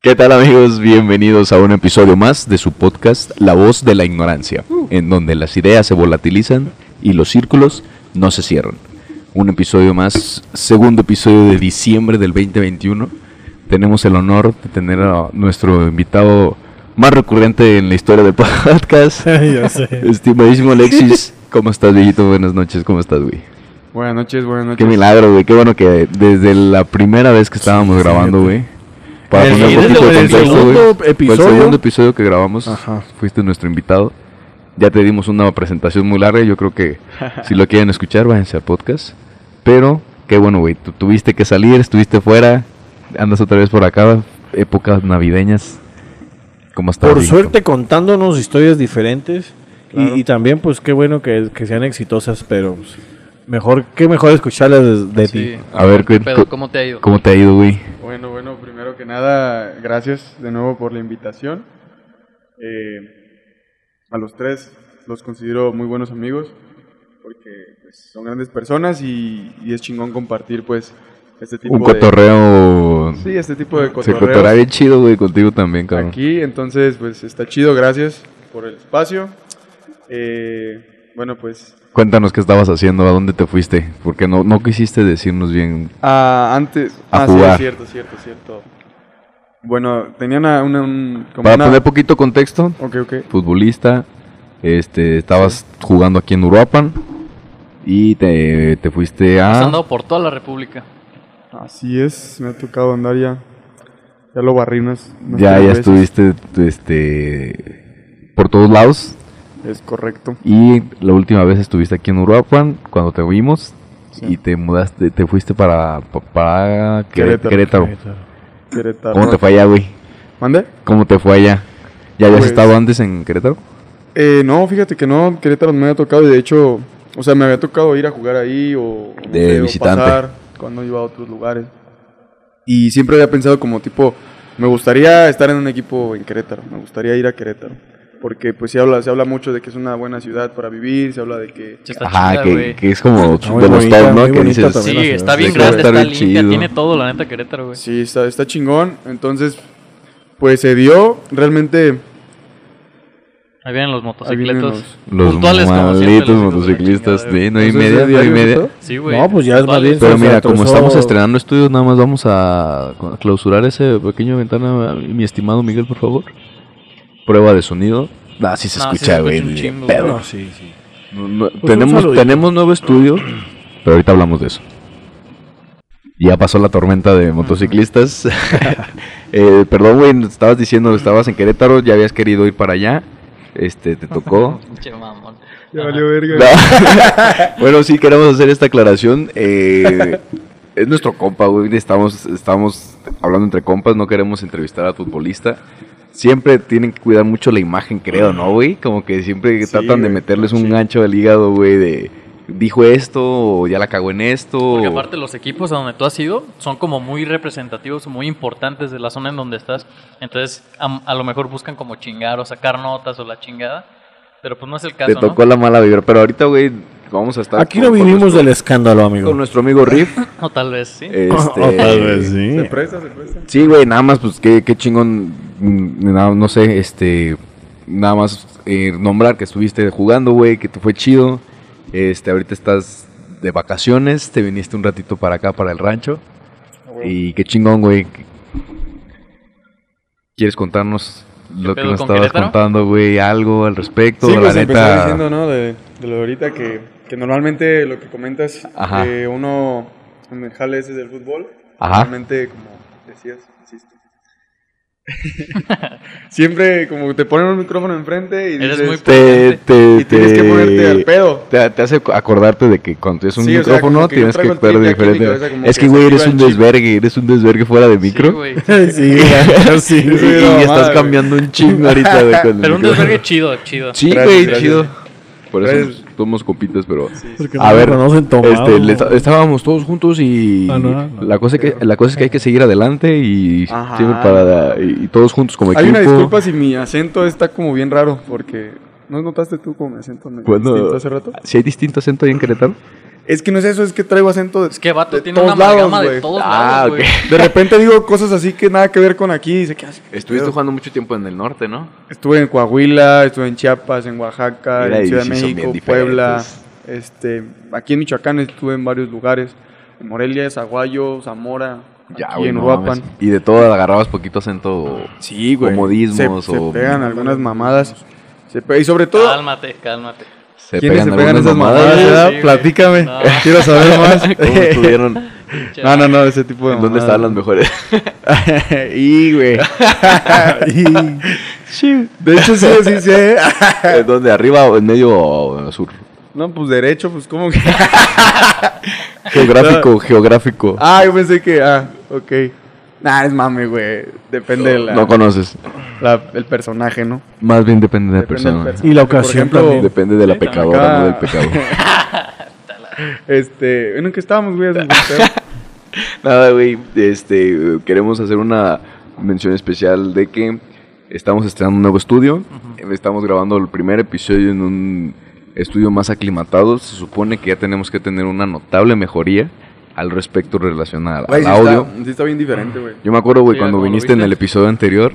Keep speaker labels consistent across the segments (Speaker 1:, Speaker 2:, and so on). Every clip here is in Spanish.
Speaker 1: ¿Qué tal amigos? Bienvenidos a un episodio más de su podcast La voz de la ignorancia,
Speaker 2: Uh.
Speaker 1: en donde las ideas se volatilizan y los círculos no se cierran. Un episodio más, segundo episodio de diciembre del 2021. Tenemos el honor de tener a nuestro invitado más recurrente en la historia del podcast,
Speaker 2: ya sé.
Speaker 1: estimadísimo Alexis. ¿Cómo estás, viejito? Buenas noches, ¿cómo estás, güey?
Speaker 3: Buenas noches, buenas noches.
Speaker 1: Qué milagro, güey. Qué bueno que desde la primera vez que estábamos
Speaker 2: sí,
Speaker 1: grabando,
Speaker 2: neta.
Speaker 1: güey. Para
Speaker 2: El-
Speaker 1: poner un
Speaker 2: el-
Speaker 1: poquito de
Speaker 2: el
Speaker 1: contexto,
Speaker 2: segundo
Speaker 1: güey, Fue
Speaker 2: episodio.
Speaker 1: el segundo episodio que grabamos.
Speaker 2: Ajá.
Speaker 1: Fuiste nuestro invitado. Ya te dimos una presentación muy larga. Yo creo que si lo quieren escuchar, váyanse al podcast. Pero, qué bueno, güey. Tú tuviste que salir, estuviste fuera. Andas otra vez por acá. Épocas navideñas. ¿Cómo estás?
Speaker 2: Por
Speaker 1: viejito?
Speaker 2: suerte contándonos historias diferentes y-
Speaker 3: Claro.
Speaker 2: y, también pues qué bueno que, que sean exitosas, pero pues, mejor que mejor escucharlas de, de
Speaker 4: Sí.
Speaker 2: ti.
Speaker 1: A ver,
Speaker 4: ¿Qué
Speaker 1: ¿qué-
Speaker 4: pedo? ¿Cómo te ha ido?
Speaker 1: ¿cómo te ha ido, güey?
Speaker 3: Bueno, bueno, primero que nada, gracias de nuevo por la invitación. Eh, a los tres los considero muy buenos amigos porque pues, son grandes personas y, y es chingón compartir pues este tipo
Speaker 1: Un
Speaker 3: de...
Speaker 1: cotorreo.
Speaker 3: Sí, este tipo de
Speaker 1: Se
Speaker 3: cotorreos
Speaker 1: cotorrea bien chido, güey, contigo también, cabrón.
Speaker 3: aquí, entonces pues está chido, gracias por el espacio. Eh, bueno, pues
Speaker 1: Cuéntanos qué estabas haciendo, a dónde te fuiste, porque no, no quisiste decirnos bien.
Speaker 3: Ah, antes.
Speaker 1: A
Speaker 3: ah,
Speaker 1: jugar.
Speaker 3: sí, cierto, cierto, cierto. Bueno, tenía una. una- un, como
Speaker 1: Para
Speaker 3: una-
Speaker 1: poner poquito contexto,
Speaker 3: Ok, ok.
Speaker 1: futbolista, este, estabas jugando aquí en Uruapan y te, te fuiste
Speaker 4: Has
Speaker 1: a...
Speaker 4: andado por toda la república.
Speaker 3: Así es, me ha tocado andar ya. Ya lo barrí unas. unas
Speaker 1: Ya,
Speaker 3: tres
Speaker 1: ya
Speaker 3: veces.
Speaker 1: estuviste este, por todos lados
Speaker 3: Es correcto.
Speaker 1: y la última vez estuviste aquí en Uruapan cuando te vimos
Speaker 3: Sí.
Speaker 1: y te mudaste, te fuiste para, pa- para Quere-
Speaker 3: Querétaro.
Speaker 1: Querétaro.
Speaker 3: Querétaro.
Speaker 1: ¿Cómo te fue allá, güey?
Speaker 3: ¿Mande?
Speaker 1: ¿Cómo te fue allá? ¿Ya habías
Speaker 3: Pues-
Speaker 1: estado antes en Querétaro?
Speaker 3: Eh, no, fíjate que no, Querétaro no me había tocado y de hecho. O sea, me había tocado ir a jugar ahí o. no
Speaker 1: De
Speaker 3: sé, o
Speaker 1: visitante.
Speaker 3: pasar cuando iba a otros lugares. Y siempre había pensado como tipo. Me gustaría estar en un equipo en Querétaro, me gustaría ir a Querétaro. Porque pues se habla, se habla mucho de que es una buena ciudad para vivir, se habla de que
Speaker 4: Sí, Está
Speaker 1: Ajá,
Speaker 4: chida,
Speaker 1: que,
Speaker 4: güey.
Speaker 1: que es como
Speaker 2: Está muy
Speaker 1: de los
Speaker 2: bonita,
Speaker 1: top, ¿no?
Speaker 2: muy
Speaker 1: Que
Speaker 2: bonita
Speaker 1: dices,
Speaker 2: también.
Speaker 4: Sí,
Speaker 2: Buenas
Speaker 4: está
Speaker 2: ciudades.
Speaker 4: bien
Speaker 1: Sí,
Speaker 4: grande,
Speaker 1: está
Speaker 4: está,
Speaker 1: bien
Speaker 4: limpia,
Speaker 1: chido.
Speaker 4: tiene todo, la neta, Querétaro, güey.
Speaker 3: Sí, está, está chingón. Entonces, pues se dio. Realmente.
Speaker 4: Ahí vienen los
Speaker 3: ahí vienen
Speaker 4: motocicletas.
Speaker 3: los-
Speaker 1: Los
Speaker 4: Puntuales, como siempre,
Speaker 1: malditos
Speaker 4: los hijos de la
Speaker 1: motociclistas.
Speaker 4: chingada, güey.
Speaker 1: Sí, no hay
Speaker 3: Entonces,
Speaker 1: media,
Speaker 3: ¿es
Speaker 1: no hay
Speaker 3: diario
Speaker 1: media.
Speaker 3: eso?
Speaker 4: Sí, güey.
Speaker 2: No, pues ya es más
Speaker 4: Puntuales.
Speaker 2: bien
Speaker 1: Pero
Speaker 2: Se
Speaker 1: mira,
Speaker 2: atrasó.
Speaker 1: como estamos estrenando estudios, nada más vamos a a clausurar ese pequeño ventana, mi estimado Miguel, por favor. Prueba de sonido. Ah, sí se
Speaker 4: No, sí se
Speaker 1: escucha,
Speaker 4: escucha
Speaker 1: güey.
Speaker 4: un
Speaker 1: ni
Speaker 4: chingo,
Speaker 1: pedo.
Speaker 4: güey.
Speaker 2: No, sí, sí.
Speaker 1: No, no,
Speaker 2: Pues un
Speaker 1: tenemos,
Speaker 2: saludito.
Speaker 1: tenemos nuevo estudio, pero ahorita hablamos de eso. Ya pasó la tormenta de motociclistas. Eh, perdón, güey, estabas diciendo que estabas en Querétaro, ya habías querido ir para allá. Este, te tocó.
Speaker 4: Pinche mamón.
Speaker 3: Ya
Speaker 4: Ajá.
Speaker 3: valió verga.
Speaker 1: No. bueno, sí, queremos hacer esta aclaración. eh, es nuestro compa, güey. Estamos, estamos hablando entre compas, no queremos entrevistar al futbolista. Siempre tienen que cuidar mucho la imagen, creo, ¿no, güey? Como que siempre
Speaker 3: Sí,
Speaker 1: tratan de
Speaker 3: güey,
Speaker 1: meterles un
Speaker 3: sí.
Speaker 1: gancho al hígado, güey, de dijo esto o ya la cagó en esto.
Speaker 4: Porque
Speaker 1: o-
Speaker 4: aparte los equipos a donde tú has ido son como muy representativos, muy importantes de la zona en donde estás. Entonces a, a lo mejor buscan como chingar o sacar notas o la chingada. Pero pues no es el caso,
Speaker 1: te tocó la mala vibra. Pero ahorita, güey, vamos a estar.
Speaker 2: Aquí
Speaker 1: con-
Speaker 2: no
Speaker 1: con
Speaker 2: vivimos
Speaker 1: nuestro-
Speaker 2: del escándalo,
Speaker 1: Con
Speaker 2: amigo.
Speaker 1: nuestro amigo Riff.
Speaker 4: ¿no? O tal vez, sí.
Speaker 1: este,
Speaker 2: O tal vez sí.
Speaker 3: Se presta, se presta.
Speaker 1: Sí, güey, nada más, pues qué, qué chingón, mm, nada- no sé, este, nada más eh, nombrar que estuviste jugando, güey, que te fue chido, este, ahorita estás de vacaciones, te viniste un ratito para acá, para el rancho, y qué chingón, güey. ¿Quieres contarnos lo que
Speaker 4: pedo
Speaker 1: nos
Speaker 4: con
Speaker 1: estabas
Speaker 4: Querétaro?
Speaker 1: contando, güey, algo al respecto?
Speaker 3: Sí,
Speaker 1: la
Speaker 3: pues
Speaker 1: neta-
Speaker 3: empezaba diciendo, ¿no? De, de lo de ahorita que, que normalmente lo que comentas,
Speaker 1: Ajá.
Speaker 3: que uno en el jale ese del fútbol,
Speaker 1: Ajá.
Speaker 3: realmente como decías, insisto. Siempre como te ponen un micrófono enfrente y
Speaker 4: Eres
Speaker 3: dices,
Speaker 4: muy
Speaker 1: Te, te,
Speaker 3: y tienes que
Speaker 1: te-
Speaker 3: ponerte al pedo.
Speaker 1: Te, te hace acordarte de que cuando tienes un
Speaker 3: Sí, o sea,
Speaker 1: micrófono
Speaker 3: como que yo
Speaker 1: tienes que
Speaker 3: traigo
Speaker 1: actuar
Speaker 3: el
Speaker 1: de
Speaker 3: trip aquí en mi
Speaker 1: diferente.
Speaker 3: cabeza, como
Speaker 1: es que,
Speaker 3: que
Speaker 1: güey,
Speaker 3: se
Speaker 1: eres
Speaker 3: activa
Speaker 1: un
Speaker 3: el chip.
Speaker 1: desvergue, eres un desvergue fuera de micro.
Speaker 4: Sí, güey.
Speaker 2: sí,
Speaker 1: Y,
Speaker 2: sí.
Speaker 3: güey,
Speaker 1: y
Speaker 3: no,
Speaker 1: estás
Speaker 3: madre.
Speaker 1: cambiando un chingo ahorita, güey. con el
Speaker 4: Pero un
Speaker 1: micrófono.
Speaker 4: desvergue chido, chido.
Speaker 1: Sí,
Speaker 3: Gracias,
Speaker 1: güey,
Speaker 3: gracias.
Speaker 1: chido. Por eso
Speaker 3: Gracias.
Speaker 1: nos- somos copitas, pero.
Speaker 2: Porque
Speaker 1: A
Speaker 2: no
Speaker 1: ver,
Speaker 2: lo conocen tomado.
Speaker 1: Este, le esta- estábamos todos juntos y
Speaker 2: Ah, no, no.
Speaker 1: la cosa que la cosa es que hay que seguir adelante y
Speaker 3: Ajá.
Speaker 1: siempre para y, y todos juntos como
Speaker 3: Hay
Speaker 1: equipo.
Speaker 3: una disculpa si mi acento está como bien raro, porque ¿no notaste tú como mi acento me
Speaker 1: Cuando-
Speaker 3: distinto hace rato?
Speaker 1: Si hay distinto acento ahí en Querétaro.
Speaker 3: Es que no es eso, es que traigo acento de
Speaker 4: Es que vato
Speaker 3: de
Speaker 4: tiene
Speaker 3: todos
Speaker 4: una amalgama
Speaker 3: lados,
Speaker 4: de
Speaker 3: güey.
Speaker 4: todos
Speaker 1: Ah,
Speaker 4: lados, güey.
Speaker 1: ok.
Speaker 3: De repente digo cosas así que nada que "Ah, ver con aquí. y se queda así.
Speaker 1: Estuviste
Speaker 3: Pero-
Speaker 1: jugando mucho tiempo en el norte, ¿no?
Speaker 3: Estuve en Coahuila, estuve en Chiapas, en Oaxaca,
Speaker 1: Mira, y
Speaker 3: en Ciudad
Speaker 1: sí
Speaker 3: de
Speaker 1: son bien
Speaker 3: México,
Speaker 1: diferentes.
Speaker 3: Puebla, este, aquí en Michoacán estuve en varios lugares, en Morelia, Zaguayo, Zamora, aquí
Speaker 1: güey,
Speaker 3: en
Speaker 1: no
Speaker 3: Uruapan.
Speaker 1: mames. Y de todo agarrabas poquito acento.
Speaker 3: Sí,
Speaker 1: güey. Comodismos
Speaker 3: se, se
Speaker 1: o-
Speaker 3: pegan algunas mamadas. Se pe- Y sobre todo,
Speaker 4: Cálmate, cálmate.
Speaker 1: Se
Speaker 3: ¿quiénes
Speaker 1: pegan
Speaker 3: se pegan
Speaker 1: algunas
Speaker 3: esas mamadas?
Speaker 1: mamadas.
Speaker 3: verdad?
Speaker 4: güey.
Speaker 3: Platícame,
Speaker 4: No.
Speaker 3: quiero saber más.
Speaker 1: ¿Cómo estuvieron? ¿En
Speaker 3: no, no, no, ese tipo de
Speaker 1: dónde
Speaker 3: mamadas.
Speaker 1: estaban las mejores?
Speaker 3: y, güey. Y- De hecho, sí, sí, sí. ¿eh?
Speaker 1: ¿En dónde? ¿Arriba o en medio o en el sur?
Speaker 3: No, pues derecho, pues como que...
Speaker 1: Geográfico, geográfico.
Speaker 3: Ah, yo pensé que, ah, ok. Nah, es mame, güey. Depende de la,
Speaker 1: No conoces.
Speaker 3: la- el personaje, ¿no?
Speaker 1: Más bien depende de la
Speaker 3: Depende
Speaker 1: persona.
Speaker 3: del personaje.
Speaker 2: Y la
Speaker 3: Por
Speaker 2: ocasión
Speaker 3: ejemplo,
Speaker 2: también.
Speaker 1: Depende de la pecadora,
Speaker 3: acá-
Speaker 1: no del pecado.
Speaker 3: Este, en el que estábamos, güey, hace un posteo.
Speaker 1: Nada, güey. Este, queremos hacer una mención especial de que estamos estrenando un nuevo estudio. Estamos grabando el primer episodio en un estudio más aclimatado. Se supone que ya tenemos que tener una notable mejoría al respecto relacionada
Speaker 3: Güey,
Speaker 1: al
Speaker 3: sí
Speaker 1: audio.
Speaker 3: Está, sí está bien diferente, güey.
Speaker 1: Yo me acuerdo, güey,
Speaker 4: Sí,
Speaker 1: cuando
Speaker 4: como lo
Speaker 1: viniste en
Speaker 4: viste.
Speaker 1: el episodio anterior,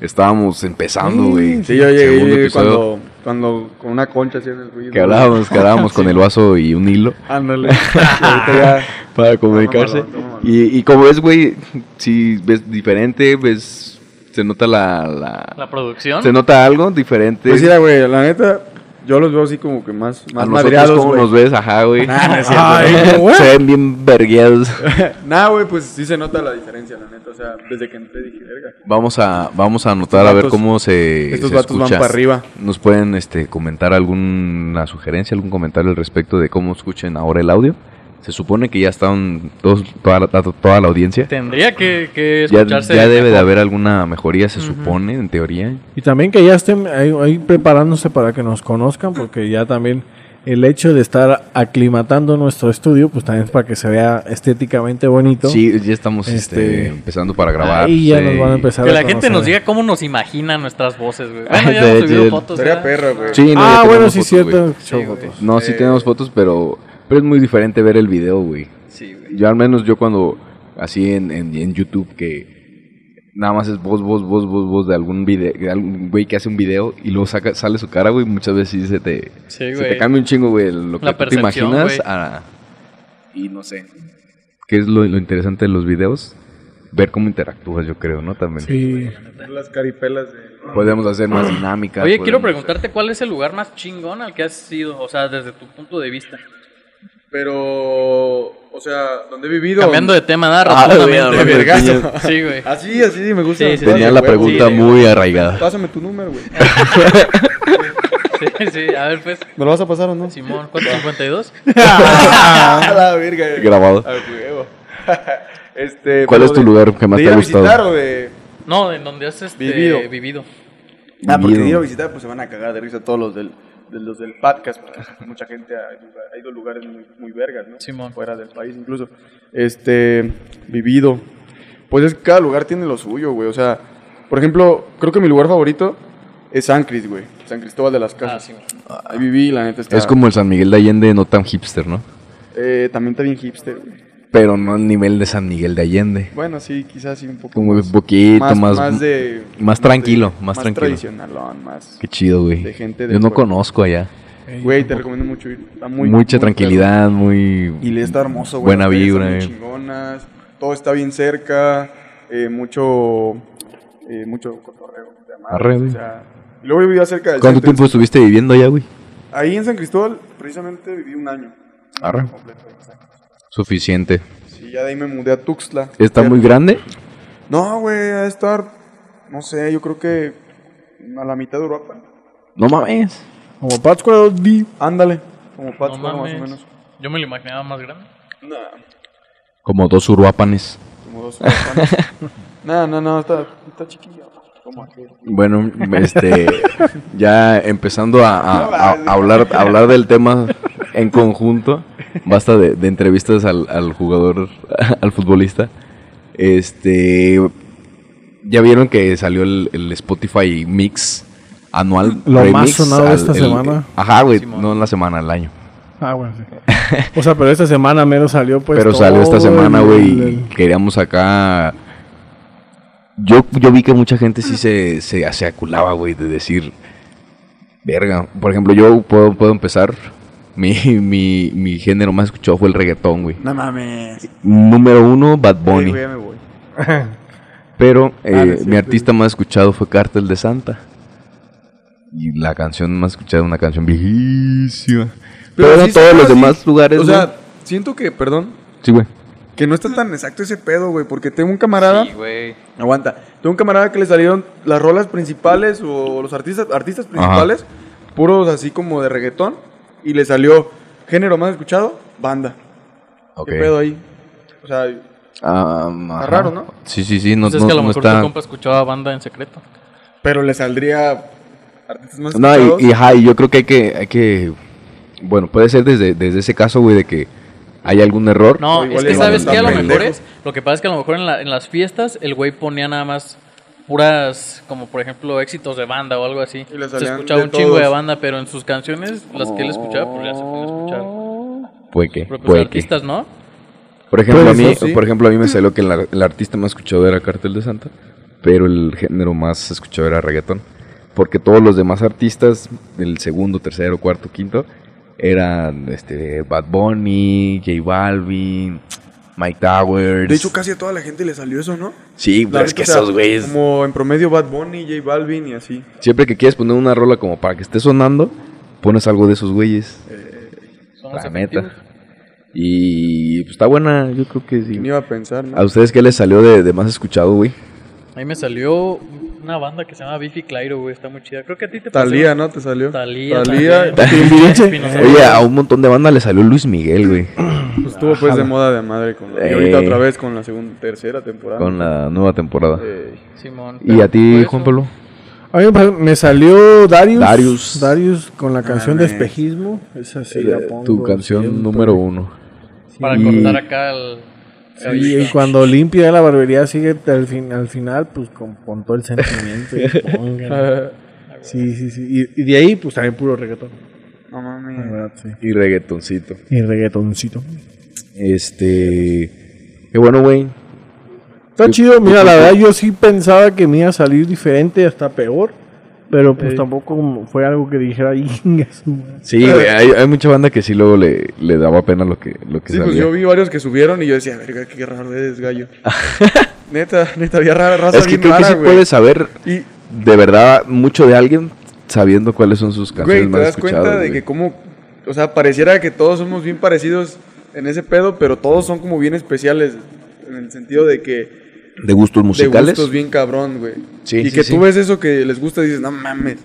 Speaker 1: estábamos empezando, güey.
Speaker 3: Sí, yo llegué,
Speaker 1: Segundo
Speaker 3: yo llegué
Speaker 1: episodio.
Speaker 3: cuando, cuando con una concha hacían el ruido.
Speaker 1: Que hablábamos, que hablábamos con el vaso y un hilo
Speaker 3: Ándale. Y ahorita ya-
Speaker 1: para comunicarse.
Speaker 3: Tómalo, tómalo.
Speaker 1: Y, y como ves, güey, si ves diferente, ves, se nota la, la-
Speaker 4: La producción.
Speaker 1: se nota algo diferente.
Speaker 3: Pues mira, güey, la neta, yo los veo así como que más,
Speaker 1: a
Speaker 3: más
Speaker 1: nosotros
Speaker 3: madreados,
Speaker 1: cómo
Speaker 3: güey.
Speaker 1: nos ves, ajá, güey.
Speaker 3: Nah, no es cierto,
Speaker 2: Ay,
Speaker 3: no.
Speaker 2: güey.
Speaker 1: se ven bien vergueados.
Speaker 3: Nah, güey, pues sí se nota la diferencia, la neta. O sea, desde que entré dije, verga.
Speaker 1: Vamos a, vamos a anotar
Speaker 3: Estos
Speaker 1: a ver
Speaker 3: vatos-
Speaker 1: cómo se.
Speaker 3: estos
Speaker 1: se
Speaker 3: vatos van
Speaker 1: escucha.
Speaker 3: para arriba.
Speaker 1: ¿Nos pueden este, comentar alguna sugerencia, algún comentario al respecto de cómo escuchen ahora el audio? Se supone que ya están todos, toda, la, toda la audiencia.
Speaker 4: Tendría que, que
Speaker 1: Ya,
Speaker 4: escucharse.
Speaker 1: ya debe
Speaker 4: mejor.
Speaker 1: de haber alguna mejoría, se supone, en teoría.
Speaker 2: Y también que ya estén ahí, ahí preparándose para que nos conozcan, porque ya también el hecho de estar aclimatando nuestro estudio, pues también es para que se vea estéticamente bonito.
Speaker 1: Sí, ya estamos este,
Speaker 2: Este,
Speaker 1: empezando para grabar.
Speaker 2: Ahí ya
Speaker 1: sí.
Speaker 2: nos van a empezar
Speaker 4: Que
Speaker 2: a
Speaker 4: la gente
Speaker 2: conocer.
Speaker 4: nos diga cómo nos imagina nuestras voces, güey. Bueno,
Speaker 1: Ah,
Speaker 4: ya
Speaker 1: de-
Speaker 4: hemos subido
Speaker 1: de-
Speaker 4: fotos.
Speaker 3: Estaría
Speaker 4: ¿verdad?
Speaker 3: perro, güey.
Speaker 1: Sí, no, ya
Speaker 2: ah, bueno,
Speaker 1: tenemos
Speaker 2: sí,
Speaker 1: fotos,
Speaker 2: cierto.
Speaker 1: güey.
Speaker 2: Show
Speaker 4: güey.
Speaker 2: fotos.
Speaker 1: No, sí
Speaker 3: Eh.
Speaker 1: tenemos fotos, pero, pero es muy diferente ver el video, güey.
Speaker 4: Sí, güey.
Speaker 1: Yo al menos yo cuando así en, en, en YouTube que nada más es voz, voz, voz, voz, voz de algún video, de algún güey que hace un video y luego saca, sale su cara, güey, muchas veces sí se te,
Speaker 4: Sí,
Speaker 1: se te
Speaker 4: güey.
Speaker 1: cambia un chingo, güey, lo que
Speaker 4: La
Speaker 1: tú te
Speaker 4: percepción,
Speaker 1: imaginas
Speaker 4: güey.
Speaker 1: a- y no sé. ¿Qué es lo, lo interesante de los videos? Ver cómo interactúas, yo creo, ¿no? También.
Speaker 2: Sí.
Speaker 3: Las caripelas de...
Speaker 1: Podemos hacer más dinámicas.
Speaker 4: Oye, quiero
Speaker 1: podemos-
Speaker 4: preguntarte cuál es el lugar más chingón al que has ido, o sea, desde tu punto de vista.
Speaker 3: Pero, o sea, donde he vivido.
Speaker 4: Cambiando de tema, nada,
Speaker 1: Ah,
Speaker 4: rotundamente,
Speaker 1: güey,
Speaker 3: de
Speaker 1: güey,
Speaker 3: vergazo.
Speaker 1: tenía-
Speaker 4: güey. Sí, güey.
Speaker 3: Así, así, me gusta.
Speaker 4: Sí, sí,
Speaker 1: Tenía la
Speaker 4: güey,
Speaker 1: pregunta
Speaker 4: sí, güey.
Speaker 1: muy arraigada.
Speaker 3: Pásame tu número, güey.
Speaker 4: Sí, sí, a ver, pues,
Speaker 3: ¿Me lo vas a pasar o no?
Speaker 4: Simón, ¿cuánto? ¿52?
Speaker 3: Ah, la verga.
Speaker 1: Grabado.
Speaker 3: A huevo. Este,
Speaker 1: ¿Cuál
Speaker 3: pero
Speaker 1: es tu
Speaker 3: de-
Speaker 1: lugar que más
Speaker 3: de
Speaker 1: te ha
Speaker 3: ir a
Speaker 1: gustado?
Speaker 3: visitar o de...?
Speaker 4: No, en donde has este,
Speaker 3: Vivido.
Speaker 4: vivido. vivido.
Speaker 3: Ah, porque
Speaker 1: Miedo.
Speaker 3: de ir a visitar, pues se van a cagar de risa todos los del, de los del podcast. porque Mucha gente ha, ha ido a lugares muy, muy vergas, ¿no?
Speaker 4: Simón.
Speaker 3: Fuera del país incluso. Este, vivido. Pues es que cada lugar tiene lo suyo, güey. O sea, por ejemplo, creo que mi lugar favorito es San Cris, güey. San Cristóbal de las
Speaker 4: Ah,
Speaker 3: Casas.
Speaker 4: sí, güey.
Speaker 3: Ahí viví, la neta está.
Speaker 1: Es como el San Miguel de Allende, no tan hipster, ¿no?
Speaker 3: Eh, también está bien hipster, güey.
Speaker 1: Pero no al nivel de San Miguel de Allende.
Speaker 3: Bueno, sí, quizás sí un poco
Speaker 1: Como
Speaker 3: más.
Speaker 1: un poquito más.
Speaker 3: de-
Speaker 1: más tranquilo, más
Speaker 3: más
Speaker 1: tranquilo.
Speaker 3: tradicionalón, más.
Speaker 1: Qué chido, güey.
Speaker 3: de gente
Speaker 1: Yo
Speaker 3: del
Speaker 1: no
Speaker 3: pueblo.
Speaker 1: conozco allá.
Speaker 3: Güey, te recomiendo mucho ir. Está muy-
Speaker 1: Mucha
Speaker 3: muy
Speaker 1: tranquilidad, muy.
Speaker 3: Y le está hermoso, güey.
Speaker 1: Buena
Speaker 3: las calles están
Speaker 1: vibra,
Speaker 3: muy
Speaker 1: eh.
Speaker 3: chingonas. Todo está bien cerca. eh, mucho. eh, mucho cotorreo. de a madres,
Speaker 1: Arre, güey.
Speaker 3: o sea, y luego yo vivía cerca del
Speaker 1: ¿Cuánto
Speaker 3: centro,
Speaker 1: tiempo estuviste viviendo allá, güey?
Speaker 3: entonces, Ahí en San Cristóbal, precisamente viví un año.
Speaker 1: Arre.
Speaker 3: completo ahí en San Cristóbal.
Speaker 1: Suficiente.
Speaker 3: Sí, ya de ahí me mudé a Tuxtla.
Speaker 1: ¿Está
Speaker 3: Ya-
Speaker 1: muy grande?
Speaker 3: No, güey, a estar. No sé, yo creo que. A la mitad de Europa.
Speaker 1: No mames.
Speaker 2: Como Pátzcuaro, di.
Speaker 3: Ándale. Como
Speaker 4: No
Speaker 3: Pátzcuaro, más o
Speaker 4: mames.
Speaker 3: menos.
Speaker 4: Yo me lo imaginaba más grande.
Speaker 3: Nah.
Speaker 1: Como dos uruapanes.
Speaker 3: Como dos personas. no, no, no, está, está chiquilla. Como aquel.
Speaker 1: Bueno, este. ya empezando a, a- a- a hablar, a hablar del tema en conjunto. Basta de, de entrevistas al, al jugador, al futbolista. Este. Ya vieron que salió el, el Spotify Mix anual.
Speaker 2: Lo más
Speaker 1: remix
Speaker 2: sonado de esta semana.
Speaker 1: Ajá, güey. No en la semana, el año.
Speaker 2: Ah, bueno, sí. O sea, pero esta semana mero salió pues.
Speaker 1: Pero salió esta
Speaker 2: todo
Speaker 1: semana,
Speaker 2: el-
Speaker 1: güey, y
Speaker 2: el-
Speaker 1: queríamos acá... Yo, yo vi que mucha gente sí se, se, se aculaba, güey, de decir, verga, por ejemplo, yo puedo, puedo empezar, mi, mi, mi género más escuchado fue el reggaetón, güey.
Speaker 3: No mames.
Speaker 1: Número uno, Bad
Speaker 3: Sí,
Speaker 1: Bunny.
Speaker 3: güey, ya me voy.
Speaker 1: Pero eh,
Speaker 3: no es cierto,
Speaker 1: mi artista más escuchado fue Cártel de Santa. Y la canción más escuchada es una canción viejísima. Pero,
Speaker 3: sí
Speaker 1: no
Speaker 3: se
Speaker 1: todos
Speaker 3: llama
Speaker 1: los
Speaker 3: así.
Speaker 1: demás lugares,
Speaker 3: O
Speaker 1: güey.
Speaker 3: sea, siento que, perdón,
Speaker 1: Sí, güey.
Speaker 3: que no está tan exacto ese pedo, güey, porque tengo un camarada.
Speaker 4: Sí, güey.
Speaker 3: Aguanta. Tengo un camarada que le salieron las rolas principales o los artistas, artistas principales, puros así como de reggaetón, y le salió género más escuchado, banda.
Speaker 1: Ok.
Speaker 3: ¿Qué pedo ahí? O sea,
Speaker 1: Ah, ajá.
Speaker 3: raro, ¿no?
Speaker 1: Sí, sí, sí. No,
Speaker 4: Entonces
Speaker 1: no-
Speaker 4: Pues es que a lo
Speaker 1: no
Speaker 4: mejor tu
Speaker 1: está...
Speaker 4: compa escuchaba banda en secreto.
Speaker 3: pero le saldría artistas
Speaker 4: este
Speaker 3: más
Speaker 1: No,
Speaker 3: escuchados.
Speaker 1: y, y, ajá, y yo creo que hay que... Hay que... Bueno, puede ser desde, desde ese caso, güey, de que hay algún error.
Speaker 4: No,
Speaker 3: O
Speaker 4: es
Speaker 3: igual
Speaker 4: que
Speaker 1: le
Speaker 4: sabes
Speaker 1: mandan
Speaker 4: que a lo
Speaker 1: pendejos.
Speaker 4: mejor es. Lo que pasa es que a lo mejor en, la- en las fiestas el güey ponía nada más puras, como por ejemplo, éxitos de banda o algo así.
Speaker 3: Y les
Speaker 4: Se
Speaker 3: salían
Speaker 4: escuchaba
Speaker 3: de
Speaker 4: un chingo de
Speaker 3: todos.
Speaker 4: banda, pero en sus canciones, las que él escuchaba, pues ya se pueden escuchar.
Speaker 1: Puede que,
Speaker 4: Propios
Speaker 1: puede que.
Speaker 4: artistas, ¿no?
Speaker 1: Por ejemplo, a
Speaker 3: Puede
Speaker 1: mí,
Speaker 3: ser, sí. Mm.
Speaker 1: por ejemplo, a mí me salió que la- el artista más escuchado era Cartel de Santa, pero el género más escuchado era reggaetón. Porque todos los demás artistas, el segundo, tercero, cuarto, quinto, eran este, Bad Bunny, J Balvin, Mike Towers.
Speaker 3: De hecho, casi a toda la gente le salió eso, ¿no?
Speaker 1: sí, pero
Speaker 3: La
Speaker 1: es
Speaker 3: neta,
Speaker 1: que
Speaker 3: o sea,
Speaker 1: esos güeyes.
Speaker 3: Como en promedio Bad Bunny, J Balvin y así.
Speaker 1: Siempre que quieres poner una rola como para que esté sonando, pones algo de esos güeyes.
Speaker 4: Son los
Speaker 1: La neta.
Speaker 4: efectivos.
Speaker 1: Y pues, está buena, yo creo que sí.
Speaker 3: ¿Quién iba a pensar, no?
Speaker 1: ¿A ustedes qué les salió de, de más escuchado, güey?
Speaker 4: Ahí me salió una banda que se llama Biffy Clyro, güey. Está muy chida. Creo que a ti te
Speaker 3: Talía, ¿no? ¿Te salió?
Speaker 4: Talía.
Speaker 3: Talía.
Speaker 4: Espinosa.
Speaker 1: Oye, a un montón de bandas le salió Luis Miguel, güey.
Speaker 3: Pues estuvo pues de moda de madre con la- Y
Speaker 1: Eh.
Speaker 3: ahorita otra vez con la segunda, tercera temporada.
Speaker 1: Con la nueva temporada.
Speaker 3: Eh,
Speaker 4: Simón.
Speaker 1: ¿Y a
Speaker 4: Por
Speaker 1: ti,
Speaker 3: Pues,
Speaker 4: eso.
Speaker 1: Juan Pablo?
Speaker 2: A mí me pa- me salió Darius.
Speaker 1: Darius. Eh,
Speaker 2: Darius. con la canción de
Speaker 3: Mames.
Speaker 2: espejismo. Esa sí la pongo
Speaker 1: tu canción
Speaker 2: siempre.
Speaker 1: número uno.
Speaker 4: Para
Speaker 1: Y-
Speaker 4: cortar acá el.
Speaker 2: Sí, y cuando limpia la barbería sigue al, fin- al final, pues con, con todo el sentimiento. y póngale. sí, sí, sí. Y, y de ahí, pues también puro reggaetón.
Speaker 3: no
Speaker 2: La
Speaker 3: mames.
Speaker 2: verdad, sí.
Speaker 1: Y reggaetoncito.
Speaker 2: Y reggaetoncito.
Speaker 1: Este. Qué bueno, güey.
Speaker 2: Está
Speaker 1: Yo-
Speaker 2: chido,
Speaker 1: yo
Speaker 2: mira, la
Speaker 1: creo
Speaker 2: verdad
Speaker 1: que-
Speaker 2: yo sí pensaba que me iba a salir diferente, hasta peor. Pero pues
Speaker 3: Ey.
Speaker 2: tampoco fue algo que dijera, "Inga su madre".
Speaker 1: Sí, güey. Hay, hay mucha banda que sí luego le, le daba pena lo que, lo que
Speaker 3: Sí, pues
Speaker 1: salía.
Speaker 3: yo vi varios que subieron y yo decía, verga, qué raro eres, gallo. neta, neta, había rara raza
Speaker 1: es que
Speaker 3: bien
Speaker 1: creo que
Speaker 3: rara,
Speaker 1: sí
Speaker 3: güey.
Speaker 1: puedes saber
Speaker 3: Y,
Speaker 1: de verdad mucho de alguien sabiendo cuáles son sus canciones
Speaker 3: güey, te
Speaker 1: más
Speaker 3: das
Speaker 1: escuchadas.
Speaker 3: cuenta de
Speaker 1: güey.
Speaker 3: que como... O sea, pareciera que todos somos bien parecidos en ese pedo, pero todos son como bien especiales. En el sentido de que...
Speaker 1: De gustos
Speaker 3: De
Speaker 1: musicales.
Speaker 3: gustos bien cabrón, güey.
Speaker 1: Sí,
Speaker 3: y
Speaker 1: sí,
Speaker 3: que
Speaker 1: sí.
Speaker 3: tú ves eso que les gusta y dices, no mames.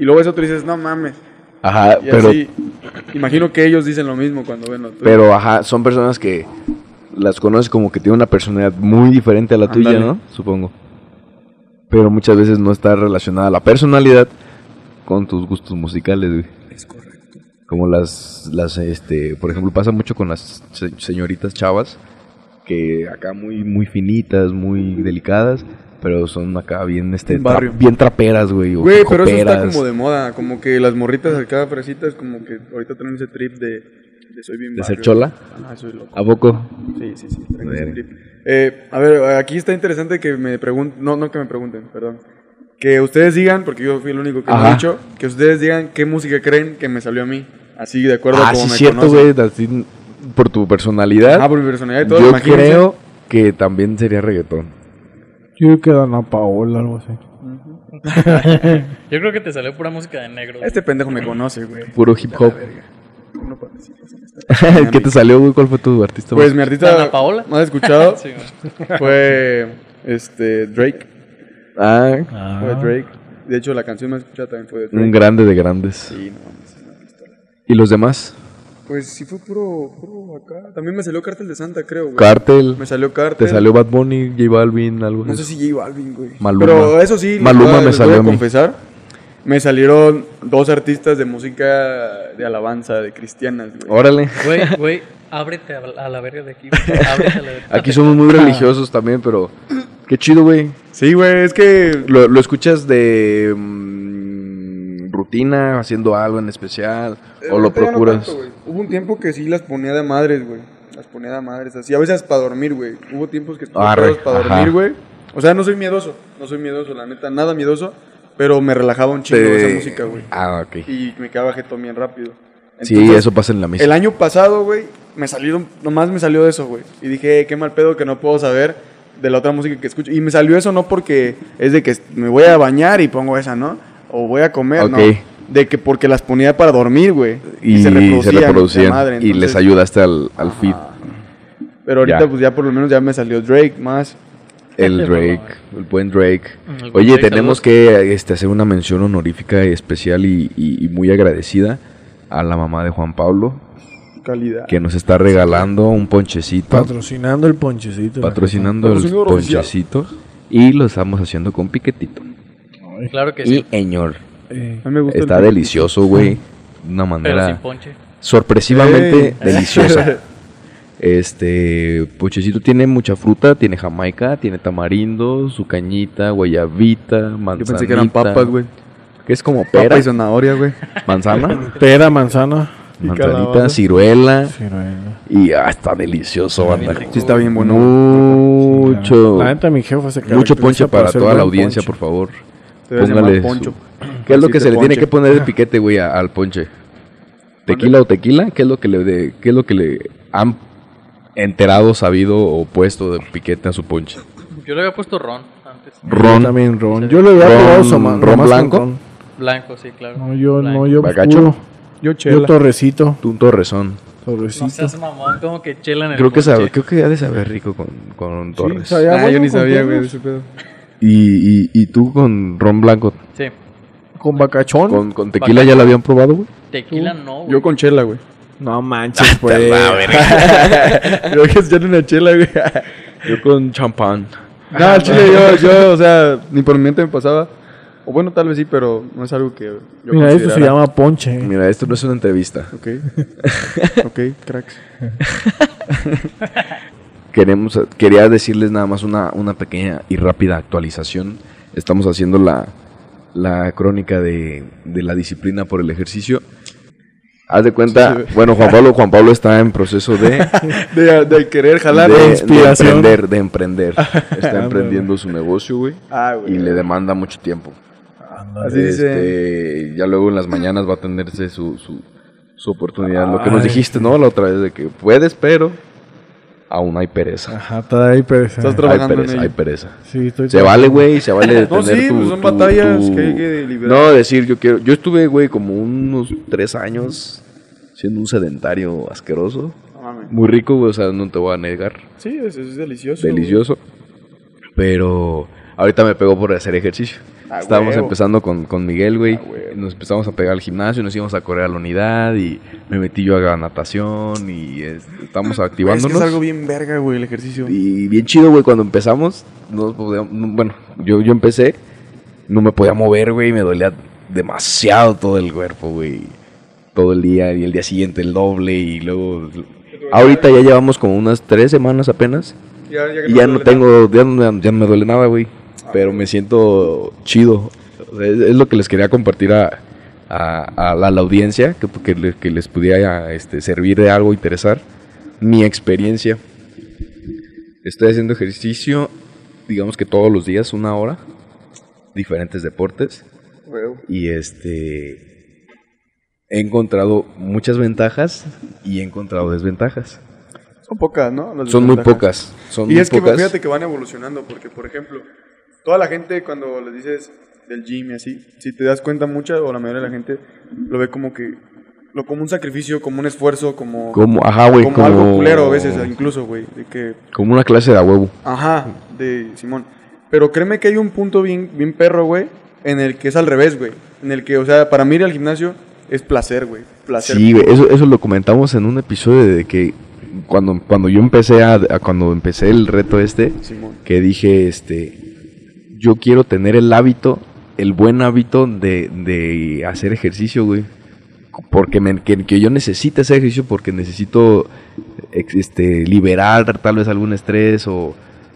Speaker 3: Y luego ves otro y dices, no mames.
Speaker 1: Ajá,
Speaker 3: Y
Speaker 1: pero
Speaker 3: así... Imagino que ellos dicen lo mismo cuando ven lo tuyo.
Speaker 1: Pero ajá, son personas que las conoces como que tienen una personalidad muy diferente a la tuya,
Speaker 3: Ándale.
Speaker 1: ¿no? Supongo. Pero muchas veces no está relacionada la personalidad con tus gustos musicales, güey.
Speaker 3: Es correcto.
Speaker 1: Como las, las, este, por ejemplo, pasa mucho con las se- señoritas chavas, que acá muy, muy finitas, muy delicadas, pero son acá bien, este,
Speaker 3: Un barrio.
Speaker 1: tra- bien traperas, güey. o
Speaker 3: Güey, pero eso está
Speaker 1: joperas.
Speaker 3: como de moda, como que las morritas acá fresitas, como que ahorita traen ese trip de, de soy bien
Speaker 1: ¿De ser
Speaker 3: barrio.
Speaker 1: chola? Ah,
Speaker 3: Ajá, soy loco.
Speaker 1: ¿A poco?
Speaker 3: Sí, sí, sí, traen ese
Speaker 1: Verga.
Speaker 3: trip. Eh, a ver, aquí está interesante que me pregunten, no, no que me pregunten, perdón. Que ustedes digan, porque yo fui el único que no
Speaker 1: Ajá.
Speaker 3: he dicho, que ustedes digan qué música creen que me salió a mí. Así de acuerdo a
Speaker 1: Ah,
Speaker 3: como
Speaker 1: sí,
Speaker 3: me
Speaker 1: cierto,
Speaker 3: conocen.
Speaker 1: güey. así, Por tu personalidad.
Speaker 3: Ah, por mi personalidad y todo,
Speaker 1: Yo
Speaker 3: imagínense.
Speaker 1: creo que también sería reggaetón.
Speaker 2: Yo creo que Dana Paola, algo así.
Speaker 4: Yo creo que te salió pura música de negro.
Speaker 3: Este pendejo me conoce, güey.
Speaker 1: Puro hip hop.
Speaker 3: No participas en esta
Speaker 1: ¿Qué te salió, güey? ¿Cuál fue tu artista?
Speaker 3: Pues
Speaker 1: más?
Speaker 3: mi
Speaker 4: Dana
Speaker 3: artista
Speaker 4: Paola.
Speaker 3: más escuchado
Speaker 4: Sí, güey.
Speaker 3: fue este Drake.
Speaker 1: Ah,
Speaker 3: Fue Drake. De hecho, la canción más escuchada también fue de Drake.
Speaker 1: un grande de grandes.
Speaker 3: Sí, no, mames, es una pistola.
Speaker 1: ¿Y los demás?
Speaker 3: Pues sí fue puro, puro acá. También me salió Cartel de Santa, creo, güey.
Speaker 1: Cartel.
Speaker 3: me salió Cartel.
Speaker 1: ¿Te salió Bad Bunny, J Balvin, algo
Speaker 3: No
Speaker 1: así?
Speaker 3: sé si J Balvin, güey.
Speaker 1: Maluma.
Speaker 3: Pero eso sí, les
Speaker 1: Maluma
Speaker 3: voy a-
Speaker 1: me
Speaker 3: les voy
Speaker 1: salió a
Speaker 3: a
Speaker 1: mí.
Speaker 3: confesar. Me salieron dos artistas de música de alabanza, de cristianas, güey.
Speaker 1: Órale.
Speaker 4: Güey, güey, ábrete a la, a la verga de aquí. güey. Ábrete a la verga.
Speaker 1: Aquí somos muy religiosos también, pero qué chido, güey.
Speaker 3: Sí, güey, es que
Speaker 1: Lo, lo escuchas de mm, rutina, haciendo algo en especial?
Speaker 3: Eh,
Speaker 1: ¿O lo
Speaker 3: ahorita ya no
Speaker 1: procuras?
Speaker 3: tanto, güey. Hubo un tiempo que sí las ponía de madres, güey. Las ponía de madres, así. A veces para dormir, güey. Hubo tiempos que estuve
Speaker 1: Arre,
Speaker 3: para
Speaker 1: ajá.
Speaker 3: dormir, güey. O sea, no soy miedoso. No soy miedoso, la neta. Nada miedoso. Pero me relajaba un chingo
Speaker 1: Te-
Speaker 3: esa música, güey.
Speaker 1: Ah, ok.
Speaker 3: Y me quedaba jetón bien rápido.
Speaker 1: sí,
Speaker 3: Entonces,
Speaker 1: eso pasa en la misa.
Speaker 3: El año pasado, güey, me salieron, nomás me salió eso, güey. Y dije, "Eh, qué mal pedo que no puedo saber de la otra música que escucho. Y me salió eso no porque es de que me voy a bañar y pongo esa, ¿no? O voy a comer,
Speaker 1: Ok.
Speaker 3: no. De que porque las ponía para dormir, güey.
Speaker 1: y se reproducían.
Speaker 3: la madre,
Speaker 1: y les
Speaker 3: entonces-
Speaker 1: ayudaste al, al feed.
Speaker 3: Pero ahorita,
Speaker 1: Ya.
Speaker 3: pues ya por lo menos ya me salió Drake más.
Speaker 1: El Drake, el buen Drake.
Speaker 4: Mm, El buen
Speaker 1: Oye,
Speaker 4: Drake,
Speaker 1: tenemos
Speaker 4: saludos.
Speaker 1: que este, hacer una mención honorífica y especial y, y- y muy agradecida a la mamá de Juan Pablo,
Speaker 3: Calidad.
Speaker 1: que nos está regalando un ponchecito,
Speaker 2: Patrocinando el ponchecito.
Speaker 1: patrocinando el
Speaker 3: Patrocinador oficial.
Speaker 1: ponchecito, y lo estamos haciendo con piquetito.
Speaker 4: Claro que
Speaker 1: Y
Speaker 4: sí,
Speaker 1: señor,
Speaker 2: Eh,
Speaker 3: A mí me gusta
Speaker 1: está
Speaker 3: el-
Speaker 1: delicioso, güey. Una
Speaker 4: pero sin
Speaker 1: manera
Speaker 4: ponche.
Speaker 1: sorpresivamente
Speaker 3: Ey.
Speaker 1: deliciosa. Este ponchecito tiene mucha fruta, tiene jamaica, tiene tamarindo, su cañita, guayabita, manzanita.
Speaker 3: Yo pensé que eran papas, güey.
Speaker 1: Que es como pera,
Speaker 3: Papa y zanahoria, güey.
Speaker 1: manzana,
Speaker 2: Pera, manzana.
Speaker 3: Y
Speaker 1: manzanita,
Speaker 3: calabaza.
Speaker 1: ciruela
Speaker 2: ciruela.
Speaker 1: y ah, está delicioso,
Speaker 4: Está
Speaker 1: banda.
Speaker 4: bien
Speaker 3: Sí, está bien bueno.
Speaker 1: Mucho,
Speaker 2: La neta, mi jefa se
Speaker 1: mucho
Speaker 2: caracteriza
Speaker 1: ponche
Speaker 2: por
Speaker 1: para
Speaker 2: ser
Speaker 1: toda la
Speaker 2: buen
Speaker 1: audiencia,
Speaker 2: ponche.
Speaker 1: por favor.
Speaker 3: Se debe llamar
Speaker 1: Póngale
Speaker 3: Poncho.
Speaker 1: ¿Qué es lo
Speaker 3: Sí,
Speaker 1: que
Speaker 3: te
Speaker 1: se le tiene
Speaker 3: ponche.
Speaker 1: que poner de piquete, güey, a- al ponche? ¿Tequila o tequila? ¿Qué es lo que le de- qué es lo que le han enterado, sabido o puesto de piquete a su ponche?
Speaker 4: Yo le había puesto ron antes.
Speaker 1: Ron.
Speaker 2: Yo también ron. Yo lo había
Speaker 1: Ron-
Speaker 2: probado soma-
Speaker 1: ron
Speaker 2: nomás con
Speaker 1: blanco.
Speaker 2: ron.
Speaker 4: Blanco, sí, claro.
Speaker 2: No, yo,
Speaker 4: Blanco.
Speaker 2: no, yo
Speaker 1: Bacacho.
Speaker 2: oscuro.
Speaker 3: Yo
Speaker 2: Yo
Speaker 3: chela.
Speaker 2: torrecito.
Speaker 1: Un torresón.
Speaker 4: No
Speaker 2: Torrecito.
Speaker 4: seas mamón, como que chela en el
Speaker 1: Creo que,
Speaker 4: ponche.
Speaker 1: sabe- creo que ha de saber rico con, con torres.
Speaker 2: sabía
Speaker 3: Ah, yo
Speaker 2: bueno
Speaker 3: ni
Speaker 2: con
Speaker 3: sabía,
Speaker 2: todos.
Speaker 3: güey, de ese pedo.
Speaker 1: y, y, y tú con ron blanco,
Speaker 4: Sí.
Speaker 2: Con bacachón.
Speaker 1: con, con tequila ya lo habían probado, güey.
Speaker 4: Tequila no, güey.
Speaker 3: Yo con chela, güey.
Speaker 2: No manches,
Speaker 1: Eh,
Speaker 2: pues.
Speaker 1: Ah,
Speaker 3: Yo que echarle una chela, güey.
Speaker 1: Yo con champán.
Speaker 3: No, al chile yo, yo, o sea, ni por mi mente me pasaba. O bueno, tal vez sí, pero no es algo que yo
Speaker 2: Mira, esto se
Speaker 3: considerara.
Speaker 2: llama ponche. ¿eh?
Speaker 1: Mira, esto no es una entrevista.
Speaker 3: Ok. Ok, cracks.
Speaker 1: Queremos, quería decirles nada más una, una pequeña y rápida actualización. Estamos haciendo la, la crónica de, de la disciplina por el ejercicio. Haz de cuenta,
Speaker 3: Sí, sí.
Speaker 1: bueno, Juan Pablo, Juan Pablo está en proceso de,
Speaker 3: De, de querer jalar.
Speaker 1: de- de
Speaker 2: inspiración.
Speaker 1: emprender, de emprender. Está emprendiendo su negocio, güey,
Speaker 3: Ah,
Speaker 1: y le demanda mucho tiempo.
Speaker 3: Así dice.
Speaker 1: Este, ya luego en las mañanas va a tenerse su, su, su oportunidad. Lo que nos
Speaker 2: Ay.
Speaker 1: dijiste, ¿no? La otra vez de que puedes, pero aún hay pereza.
Speaker 2: Ajá, está ahí pereza.
Speaker 3: Estás
Speaker 1: Hay
Speaker 3: trabajando en
Speaker 1: pereza,
Speaker 3: ello.
Speaker 1: hay pereza.
Speaker 2: Sí, estoy
Speaker 1: Se vale, güey, se vale
Speaker 3: No,
Speaker 1: detener
Speaker 3: sí,
Speaker 1: tu-
Speaker 3: pues son
Speaker 1: tu-
Speaker 3: batallas
Speaker 1: tu-
Speaker 3: que hay que librar.
Speaker 1: No, decir, yo quiero... Yo estuve, güey, como unos tres años siendo un sedentario asqueroso.
Speaker 3: No mames.
Speaker 1: Muy rico, güey, o sea, no te voy a negar.
Speaker 3: Sí, eso es delicioso. güey.
Speaker 1: Delicioso. Pero ahorita me pegó por hacer ejercicio.
Speaker 3: Ah,
Speaker 1: Estábamos
Speaker 3: huevo.
Speaker 1: empezando con, con Miguel, güey.
Speaker 3: Ah, huevo.
Speaker 1: nos empezamos a pegar al gimnasio, nos íbamos a correr a la unidad y me metí yo a la natación y es- estamos
Speaker 3: Güey, Es que
Speaker 1: activándonos.
Speaker 3: es algo bien verga, güey, el ejercicio.
Speaker 1: Y bien chido, güey, cuando empezamos, no podíamos- no- bueno, yo, yo empecé, no me podía mover, güey, me dolía demasiado todo el cuerpo, güey. Todo el día y el día siguiente el doble y luego... Ahorita ya llevamos como unas tres semanas apenas
Speaker 3: Ya, ya, que
Speaker 1: y ya no
Speaker 3: duele
Speaker 1: tengo, ya no, ya no me duele nada, güey. Pero me siento chido. O sea, Es, es lo que les quería compartir a, a- a la, a la audiencia, que, que, le- que les pudiera este, servir de algo, interesar. Mi experiencia. Estoy haciendo ejercicio, digamos que todos los días, una hora. Diferentes deportes.
Speaker 3: nada, huevo.
Speaker 1: Y este. He encontrado muchas ventajas y he encontrado desventajas.
Speaker 3: Son pocas, ¿no? Las
Speaker 1: Son muy
Speaker 3: desventajas.
Speaker 1: pocas. Son
Speaker 3: Y
Speaker 1: muy
Speaker 3: es que
Speaker 1: pocas.
Speaker 3: fíjate que van evolucionando, porque por ejemplo, toda la gente cuando les dices del gym y así, si te das cuenta mucha o la mayoría de la gente lo ve como que lo como un sacrificio, como un esfuerzo, como
Speaker 1: Como, ajá, güey,
Speaker 3: como algo culero a veces incluso, güey, de que
Speaker 1: Como una clase de a huevo.
Speaker 3: ajá, de Simón. Pero créeme que hay un punto bien bien perro, güey, en el que es al revés, güey, en el que, o sea, para mí ir al gimnasio es placer, güey, placer.
Speaker 1: Sí, güey, eso, eso lo comentamos en un episodio de que cuando, cuando yo empecé a, a- cuando empecé el reto este,
Speaker 3: Simón.
Speaker 1: que dije, este, yo quiero tener el hábito, el buen hábito de, de hacer ejercicio, güey. Porque me- que, que yo necesito ese ejercicio porque necesito ex- este, liberar tal vez algún estrés o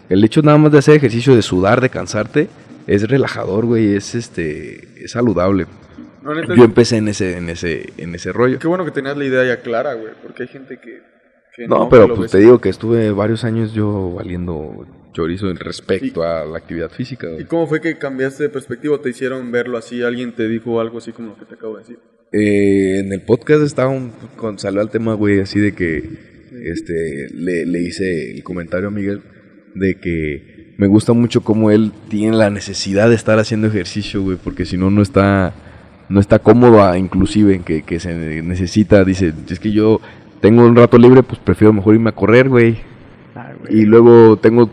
Speaker 1: el hecho nada más de hacer ejercicio, de sudar, de cansarte, es relajador, güey, es este, es saludable.
Speaker 3: No, neta,
Speaker 1: Yo empecé en ese, en ese, en ese rollo.
Speaker 3: Qué bueno que tenías la idea ya clara, güey, porque hay gente que, que
Speaker 1: No,
Speaker 3: que
Speaker 1: pero
Speaker 3: lo
Speaker 1: pues
Speaker 3: ves.
Speaker 1: te digo que estuve varios años yo valiendo chorizo en respecto a la actividad física. güey.
Speaker 3: ¿Y cómo fue que cambiaste de perspectiva? o ¿Te hicieron verlo así? ¿Alguien te dijo algo así como lo que te acabo de decir?
Speaker 1: Eh, en el podcast estaba un, con salió el tema, güey, así de que este le, le hice el comentario a Miguel de que me gusta mucho cómo él tiene la necesidad de estar haciendo ejercicio, güey, porque si no no está no está cómodo, ah, inclusive que, que se necesita, dice, es que yo tengo un rato libre, pues prefiero mejor irme a correr, güey. Y luego tengo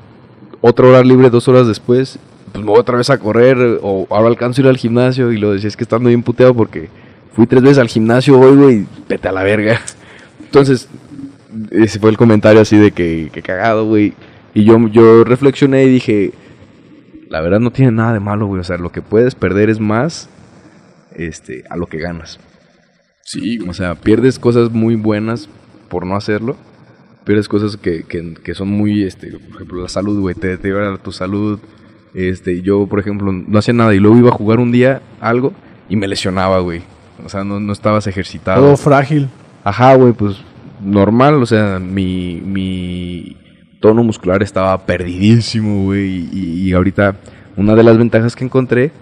Speaker 1: otra hora libre dos horas después, pues me voy otra vez a correr, o ahora alcanzo a ir al gimnasio, y lo decía, es que estando bien puteado porque fui tres veces al gimnasio hoy, güey, vete a la verga. Entonces, ese fue el comentario así de que, que cagado, güey. Y yo, yo reflexioné y dije, la verdad no tiene nada de malo, güey, o sea, lo que puedes perder es más este, a lo que ganas. Sí, o sea, pierdes cosas muy buenas por no hacerlo pierdes cosas que, que- que son muy, este, por ejemplo, la salud, güey, te deteriora tu salud. Este, yo, por ejemplo, no hacía nada y luego iba a jugar un día algo y me lesionaba, güey. O sea, no, no estabas ejercitado.
Speaker 2: Todo frágil.
Speaker 1: Ajá, güey, pues normal, o sea, mi, mi tono muscular estaba perdidísimo, güey, y, y ahorita una de las ventajas que encontré,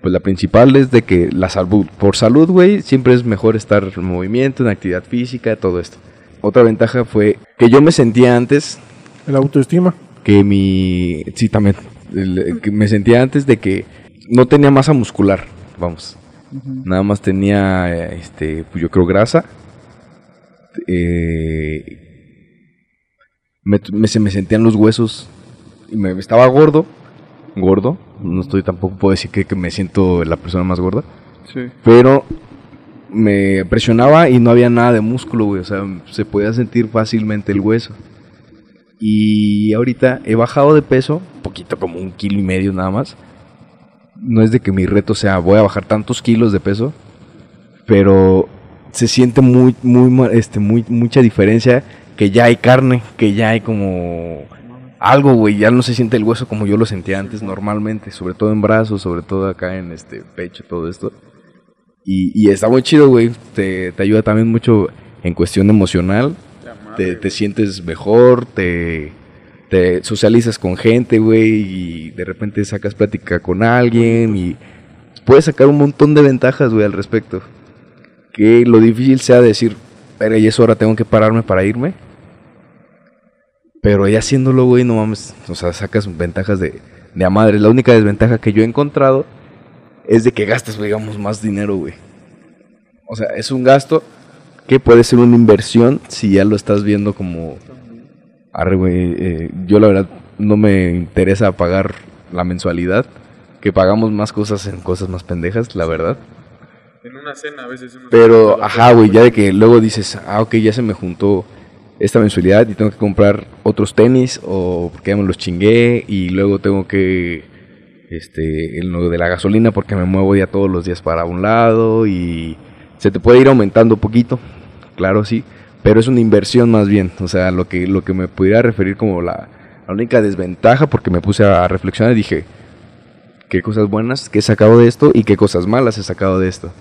Speaker 1: pues la principal es de que la salud, por salud, güey, siempre es mejor estar en movimiento, en actividad física, todo esto. Otra ventaja fue que yo me sentía antes
Speaker 2: El autoestima.
Speaker 1: que mi... Sí, también, el- que me sentía antes de que no tenía masa muscular, vamos. Nada más tenía, eh, este, pues yo creo grasa. Eh, me, me- se me sentían los huesos. Y me, estaba gordo. Gordo. No estoy tampoco, puedo decir que, que me siento la persona más gorda.
Speaker 3: Sí.
Speaker 1: Pero me presionaba y no había nada de músculo, güey. O sea, se podía sentir fácilmente el hueso. Y ahorita he bajado de peso, poquito como un kilo y medio nada más. No es de que mi reto sea voy a bajar tantos kilos de peso, pero se siente muy, muy, ma- este, muy, mucha diferencia que ya hay carne, que ya hay como algo, güey, ya no se siente el hueso como yo lo sentía antes normalmente, sobre todo en brazos, sobre todo acá en este pecho, todo esto. Y, y está muy chido, güey, te, te ayuda también mucho en cuestión emocional,
Speaker 3: La madre,
Speaker 1: te, te
Speaker 3: güey.
Speaker 1: sientes mejor, te, te socializas con gente, güey, y de repente sacas plática con alguien y puedes sacar un montón de ventajas, güey, al respecto. Que lo difícil sea decir, pero ya es hora, tengo que pararme para irme. Pero ya haciéndolo, güey, no mames, o sea, sacas ventajas de, de a madre. La única desventaja que yo he encontrado es de que gastas, digamos, más dinero, güey. O sea, es un gasto que puede ser una inversión si ya lo estás viendo como... Arre, güey, eh, yo la verdad no me interesa pagar la mensualidad, que pagamos más cosas en cosas más pendejas, la verdad.
Speaker 3: En una cena a veces. uno-
Speaker 1: Pero, ajá, güey, ya de que luego dices, ah, ok, ya se me juntó esta mensualidad y tengo que comprar otros tenis o porque ya me los chingué y luego tengo que, este, en lo de la gasolina porque me muevo ya todos los días para un lado y se te puede ir aumentando poquito, claro, sí, pero es una inversión más bien, o sea, lo que, lo que me pudiera referir como la, la única desventaja porque me puse a reflexionar y dije, qué cosas buenas que he sacado de esto y qué cosas malas he sacado de esto.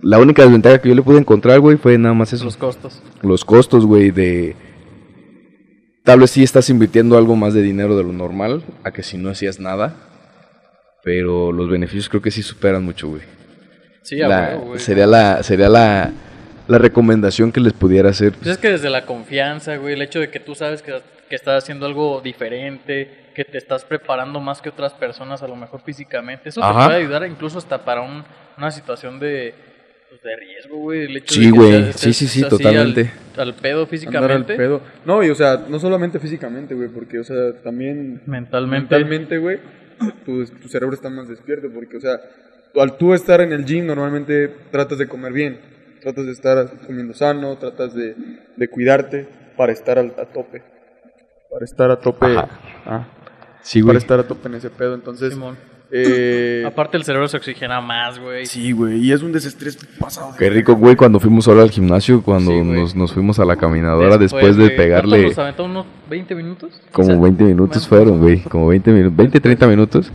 Speaker 1: La única desventaja que yo le pude encontrar, güey, fue nada más eso.
Speaker 4: Los costos.
Speaker 1: Los costos, güey, de... Tal vez sí estás invirtiendo algo más de dinero de lo normal, a que si no hacías nada. Pero los beneficios creo que sí superan mucho, güey.
Speaker 4: Sí, a
Speaker 1: La-
Speaker 4: huevo, güey.
Speaker 1: sería la, sería la, la recomendación que les pudiera hacer.
Speaker 4: Pues es que desde la confianza, güey, el hecho de que tú sabes que, que estás haciendo algo diferente, que te estás preparando más que otras personas, a lo mejor físicamente, eso
Speaker 1: Ajá.
Speaker 4: te puede ayudar incluso hasta para un- una situación de, pues, de riesgo, güey. El hecho
Speaker 1: Sí,
Speaker 4: de que
Speaker 1: güey.
Speaker 4: seas-
Speaker 1: Sí,
Speaker 4: estés
Speaker 1: sí, sí,
Speaker 4: así al-
Speaker 1: totalmente.
Speaker 4: Al, pedo
Speaker 3: Andar al
Speaker 4: físicamente,
Speaker 3: pedo. No, y o sea, no solamente físicamente, güey, porque, o sea, también
Speaker 4: mentalmente.
Speaker 3: mentalmente, güey, tu, tu cerebro está más despierto, porque, o sea, tú- al tú estar en el gym normalmente tratas de comer bien, tratas de estar comiendo sano, tratas de, de cuidarte para estar al, a tope, para estar a tope,
Speaker 1: Ajá.
Speaker 3: ah,
Speaker 1: Sí,
Speaker 3: para estar a tope en ese pedo, entonces,
Speaker 4: Simón.
Speaker 3: eh,
Speaker 4: Aparte el cerebro se oxigena más, güey.
Speaker 3: sí, güey, y es un desestrés pasado. de
Speaker 1: Qué rico, güey, cuando fuimos ahora al gimnasio, cuando
Speaker 4: Sí, güey.
Speaker 1: nos, nos fuimos a la caminadora después,
Speaker 4: güey,
Speaker 1: de
Speaker 4: ¿cuánto
Speaker 1: pegarle
Speaker 4: Nos aventó unos 20 minutos.
Speaker 1: como
Speaker 4: O sea,
Speaker 1: 20 minutos
Speaker 4: bueno.
Speaker 1: fueron, güey, como 20 minutos, 20, 30 minutos,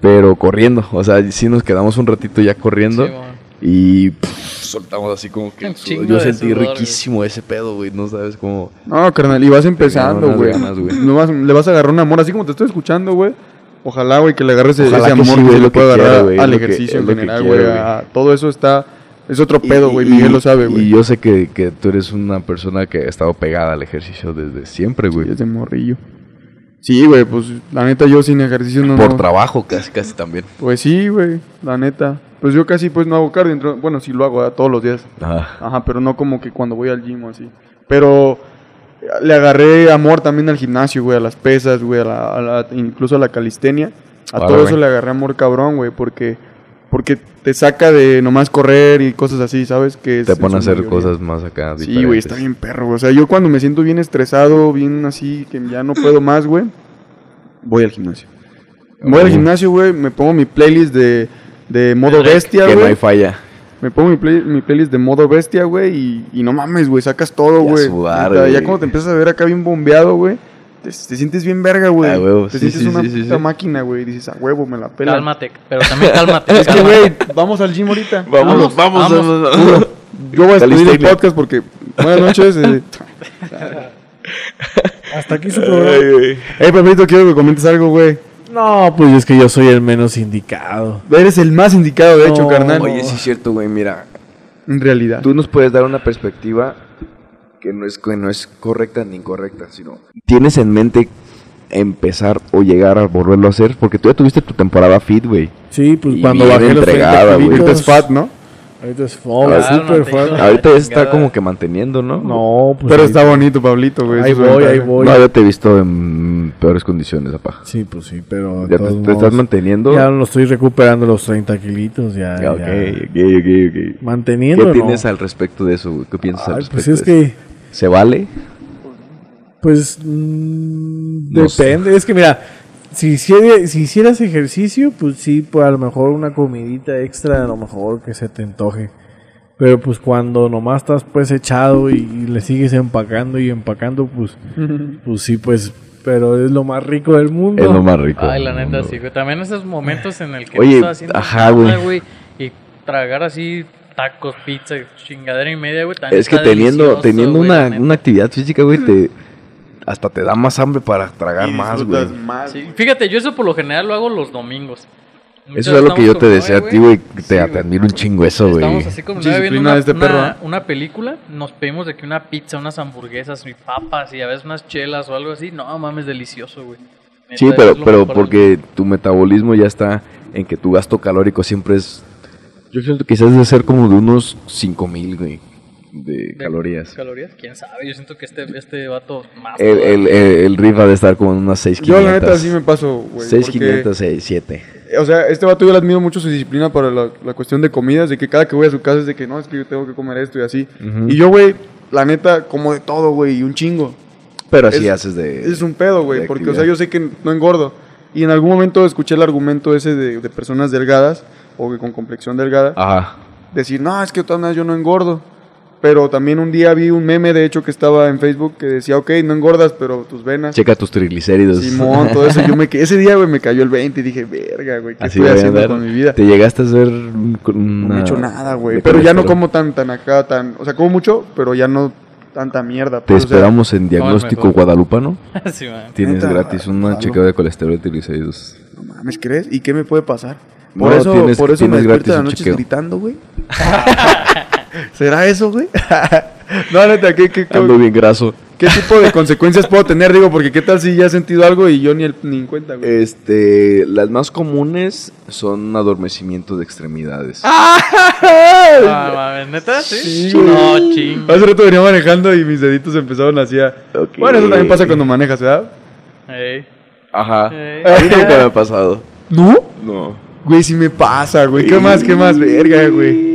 Speaker 1: pero corriendo, o sea, sí nos quedamos un ratito ya corriendo.
Speaker 4: Simón.
Speaker 1: Y pff, soltamos así como que.
Speaker 4: Un
Speaker 1: el sudor.
Speaker 4: chingo
Speaker 1: Yo
Speaker 4: de
Speaker 1: sentí
Speaker 4: sudor, güey.
Speaker 1: riquísimo ese pedo, güey. No sabes cómo.
Speaker 3: No, carnal, y vas empezando,
Speaker 1: unas
Speaker 3: güey.
Speaker 1: ganas, güey.
Speaker 3: No vas- Le vas a agarrar un amor, así como te estoy escuchando, güey. Ojalá, güey, que le agarres ese-
Speaker 1: Ojalá
Speaker 3: ese
Speaker 1: que
Speaker 3: amor
Speaker 1: sí,
Speaker 3: que
Speaker 1: güey,
Speaker 3: se
Speaker 1: es
Speaker 3: le
Speaker 1: lo que
Speaker 3: puede
Speaker 1: quiero,
Speaker 3: agarrar
Speaker 1: güey, es
Speaker 3: al
Speaker 1: lo que- es
Speaker 3: ejercicio en
Speaker 1: lo que
Speaker 3: general,
Speaker 1: quiero,
Speaker 3: güey.
Speaker 1: güey.
Speaker 3: a- Todo eso está. Es otro
Speaker 1: Y-
Speaker 3: pedo, güey.
Speaker 1: y-
Speaker 3: Miguel lo sabe, güey.
Speaker 1: Y yo sé que, que tú eres una persona que ha estado pegada al ejercicio desde siempre, güey.
Speaker 3: Desde morrillo. Sí, güey, pues la neta yo sin ejercicio no.
Speaker 1: Por
Speaker 3: no-
Speaker 1: trabajo, casi, casi también.
Speaker 3: Pues sí, güey, la neta. Pues yo casi pues no hago cardio, entro- bueno, sí lo hago ¿verdad? todos los días.
Speaker 1: Ajá.
Speaker 3: Ajá, pero no como que cuando voy al gym o así. Pero eh, le agarré amor también al gimnasio, güey, a las pesas, güey, a la- a la- incluso a la calistenia. A
Speaker 1: Ahora,
Speaker 3: todo eso
Speaker 1: güey.
Speaker 3: le agarré amor cabrón, güey, porque porque te saca de nomás correr y cosas así, ¿sabes? Que es-
Speaker 1: Te
Speaker 3: es
Speaker 1: ponen a
Speaker 3: su
Speaker 1: hacer
Speaker 3: mayoría.
Speaker 1: cosas más acá.
Speaker 3: Sí, güey, está bien perro. güey. O sea, yo cuando me siento bien estresado, bien así, que ya no puedo más, güey, voy al gimnasio. Voy al
Speaker 1: Ujú.
Speaker 3: gimnasio, güey, me pongo mi playlist de, de modo
Speaker 4: Drake.
Speaker 3: bestia,
Speaker 1: Que no hay
Speaker 3: güey.
Speaker 1: falla.
Speaker 3: Me pongo mi, play- mi playlist de modo bestia, güey, y, y no mames, güey, sacas todo,
Speaker 1: Y a
Speaker 3: güey.
Speaker 1: sudar,
Speaker 3: Neta, Ya
Speaker 1: güey.
Speaker 3: cuando te empiezas a ver acá bien bombeado, güey, te, te sientes bien verga, güey.
Speaker 1: Ah, huevo, sí,
Speaker 3: Te sientes
Speaker 1: sí,
Speaker 3: una
Speaker 1: sí, sí,
Speaker 3: puta
Speaker 1: sí.
Speaker 3: máquina, güey, y dices, a huevo, me la pela.
Speaker 4: Cálmate, pero también cálmate.
Speaker 3: Es que,
Speaker 4: cálmate.
Speaker 3: güey, vamos al gym ahorita.
Speaker 1: Vamos, vamos,
Speaker 4: vamos.
Speaker 1: vamos. vamos.
Speaker 3: Yo voy a escribir el
Speaker 1: Calistenia.
Speaker 3: podcast porque, buenas noches. eh,
Speaker 2: Hasta aquí su programa.
Speaker 3: Hey, Pepito, quiero que comentes algo, güey.
Speaker 2: No, pues es que yo soy el menos indicado.
Speaker 3: Eres el más indicado, de hecho,
Speaker 2: No.
Speaker 3: carnal.
Speaker 1: Oye, sí es cierto, güey, mira.
Speaker 3: En realidad.
Speaker 1: Tú nos puedes dar una perspectiva que no es, que no es correcta ni incorrecta, sino... Tienes en mente empezar o llegar a volverlo a hacer, porque tú ya tuviste tu temporada fit, güey.
Speaker 2: Sí, pues
Speaker 1: Y
Speaker 2: cuando
Speaker 1: bien
Speaker 2: bajé los 30
Speaker 1: entregada, güey.
Speaker 3: Ahorita
Speaker 2: kilos,
Speaker 3: es fat, ¿no?
Speaker 2: Ahorita es fat,
Speaker 1: Claro,
Speaker 2: súper
Speaker 4: no te
Speaker 2: fat.
Speaker 4: digo.
Speaker 1: Ahorita ya está
Speaker 4: chingada.
Speaker 1: como que manteniendo, ¿no?
Speaker 2: No, pues
Speaker 3: Pero
Speaker 2: ahí-
Speaker 3: está bonito, Pablito, güey.
Speaker 2: Ahí
Speaker 3: Eso es
Speaker 2: voy, ahí
Speaker 3: ventaja.
Speaker 2: voy.
Speaker 1: No, yo te he visto en peores condiciones, papá.
Speaker 2: Sí, pues sí, pero de
Speaker 1: Ya te,
Speaker 2: todos
Speaker 1: te estás
Speaker 2: modos,
Speaker 1: manteniendo.
Speaker 2: Ya lo estoy recuperando los 30 kilitos, ya.
Speaker 1: Ya, ok,
Speaker 2: ya.
Speaker 1: ok, ok, ok. ¿Qué
Speaker 2: Manteniendo. ¿no?
Speaker 1: tienes al respecto de eso? güey? ¿Qué piensas al
Speaker 2: Ay,
Speaker 1: respecto
Speaker 2: pues es
Speaker 1: de eso?
Speaker 2: que,
Speaker 1: ¿Se vale?
Speaker 2: pues, mm,
Speaker 1: No sé.
Speaker 2: depende. Es que mira, si, hiciera- si hicieras ejercicio, pues sí, pues a lo mejor una comidita extra, a lo mejor que se te antoje. Pero pues cuando nomás estás pues echado y, y le sigues empacando y empacando, pues, pues sí, pues, pero es lo más rico del mundo.
Speaker 1: Es lo más rico.
Speaker 4: Ay, la
Speaker 1: del
Speaker 4: neta,
Speaker 1: mundo,
Speaker 4: sí, güey. También esos momentos en el que
Speaker 1: Oye,
Speaker 4: no estás haciendo
Speaker 1: ajá,
Speaker 4: nada,
Speaker 1: güey.
Speaker 4: Y tragar así tacos, pizza, chingadera y media, güey. también
Speaker 1: Es que
Speaker 4: está
Speaker 1: teniendo,
Speaker 4: delicioso,
Speaker 1: teniendo
Speaker 4: güey, la
Speaker 1: una,
Speaker 4: neta.
Speaker 1: una actividad física, güey, te, hasta te da más hambre para tragar
Speaker 3: Y
Speaker 1: más, güey.
Speaker 3: disfrutas más,
Speaker 4: Sí,
Speaker 3: güey.
Speaker 4: Fíjate, yo eso por lo general lo hago los domingos. Muchas
Speaker 1: Eso es lo
Speaker 4: veces
Speaker 1: que yo
Speaker 4: estamos
Speaker 1: te
Speaker 4: como,
Speaker 1: deseo
Speaker 4: "Ay,
Speaker 1: a ti, güey. que Te, te admiro un chingo eso, güey.
Speaker 4: Estamos así como
Speaker 3: Mucha
Speaker 4: nueve
Speaker 3: disciplina
Speaker 4: viendo una,
Speaker 3: de este
Speaker 4: una-
Speaker 3: perro, ¿eh?
Speaker 4: una película, nos pedimos de que una pizza, unas hamburguesas y papas y a veces unas chelas o algo así. No mames, delicioso, güey. Neta,
Speaker 1: Sí,
Speaker 4: es
Speaker 1: pero,
Speaker 4: lo
Speaker 1: pero
Speaker 4: mejor del
Speaker 1: porque tu metabolismo ya está en que tu gasto calórico siempre es. Yo siento que quizás de ser como de unos 5000, güey, de
Speaker 4: De-
Speaker 1: calorías.
Speaker 4: Calorías, quién sabe. Yo siento que este, este vato más.
Speaker 1: El, el, el, el riff ha de estar como en unas
Speaker 3: Yo,
Speaker 1: 6500.
Speaker 3: la neta, sí me paso, güey. porque-
Speaker 1: 6500, 7.
Speaker 3: O sea, este vato yo le admiro mucho su disciplina para la, la cuestión de comidas, de que cada que voy a su casa es de que no, es que yo tengo que comer esto y así. Y yo, güey, la neta, como de todo, güey, y un chingo.
Speaker 1: Pero así
Speaker 3: Es-
Speaker 1: haces de.
Speaker 3: Es un pedo, güey,
Speaker 1: de
Speaker 3: porque, o sea,
Speaker 1: actividad.
Speaker 3: yo sé que no engordo. Y en algún momento escuché el argumento ese de, de personas delgadas o que con complexión delgada,
Speaker 1: Ajá.
Speaker 3: decir, no, es que de todas maneras yo no engordo. Pero también un día vi un meme, de hecho, que estaba en Facebook que decía, ok, no engordas, pero tus venas,
Speaker 1: Checa tus triglicéridos.
Speaker 3: Simón, todo eso. Yo me, que- ese día, güey, me cayó el 20 y dije, verga, güey, ¿qué
Speaker 1: Así
Speaker 3: estoy
Speaker 1: voy a
Speaker 3: haciendo
Speaker 1: andar.
Speaker 3: con mi vida?
Speaker 1: Te llegaste a hacer un- con una-
Speaker 3: No he hecho nada, güey.
Speaker 1: de
Speaker 3: Pero ya no
Speaker 1: colesterol.
Speaker 3: como tan, tan acá, tan. O sea, como mucho, pero ya no tanta mierda.
Speaker 1: Te
Speaker 3: pues, o sea,
Speaker 1: esperamos en diagnóstico
Speaker 4: mejor.
Speaker 1: guadalupano.
Speaker 4: Sí, man.
Speaker 1: Tienes
Speaker 3: Neta,
Speaker 1: gratis una
Speaker 3: Guadalupe.
Speaker 1: chequeo de colesterol y triglicéridos.
Speaker 3: no mames, ¿crees? ¿Y qué me puede pasar?
Speaker 1: No,
Speaker 3: Por eso,
Speaker 1: tienes-
Speaker 3: por eso me
Speaker 1: tienes
Speaker 3: despierto
Speaker 1: gratis
Speaker 3: en las
Speaker 1: un
Speaker 3: noches
Speaker 1: chequeo.
Speaker 3: gritando, güey. ¿Será eso, güey? no, neta, ¿qué, qué, qué-
Speaker 1: Ando bien graso.
Speaker 3: qué tipo de consecuencias puedo tener? Digo, porque qué tal si ya he sentido algo y yo ni, el, ni en cuenta, güey.
Speaker 1: Este, las más comunes son adormecimiento de extremidades.
Speaker 3: Ah,
Speaker 4: No Ah, mames, neta, sí.
Speaker 3: Sí,
Speaker 4: no,
Speaker 3: güey.
Speaker 4: ching.
Speaker 3: Hace rato venía manejando y mis deditos empezaron así a...
Speaker 1: Ok.
Speaker 3: Bueno, eso también pasa Eh. cuando manejas, ¿verdad?
Speaker 4: Ey,
Speaker 1: Ajá.
Speaker 4: ey.
Speaker 1: A mí nunca me ha pasado.
Speaker 3: ¿No?
Speaker 1: No.
Speaker 3: Güey, sí me pasa, güey. ¿Qué más, qué más? Verga, güey.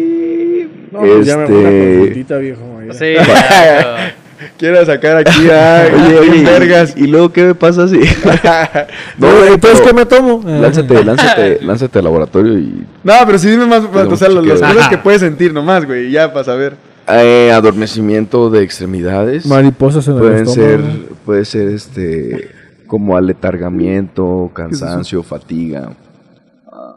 Speaker 2: No, pues ya me hago una
Speaker 1: Este-
Speaker 2: consultita, viejo. ya.
Speaker 4: Sí, ya,
Speaker 3: Quiero sacar aquí a
Speaker 1: Oye, oye, y-
Speaker 3: vergas.
Speaker 1: ¿y luego qué me pasa si? no,
Speaker 2: No,
Speaker 1: güey,
Speaker 2: entonces, ¿qué
Speaker 1: pero
Speaker 2: me tomo? Ah.
Speaker 1: Lánzate, lánzate, lánzate al laboratorio y
Speaker 3: No, pero sí dime más, o sea,
Speaker 1: mucho
Speaker 3: las,
Speaker 1: que
Speaker 3: las
Speaker 1: ver.
Speaker 3: cosas que puedes sentir nomás, güey, ya para saber.
Speaker 1: Eh, adormecimiento de extremidades.
Speaker 2: Mariposas en el
Speaker 1: Pueden ser,
Speaker 2: estómago.
Speaker 1: puede ser este como aletargamiento, cansancio, fatiga. Ah,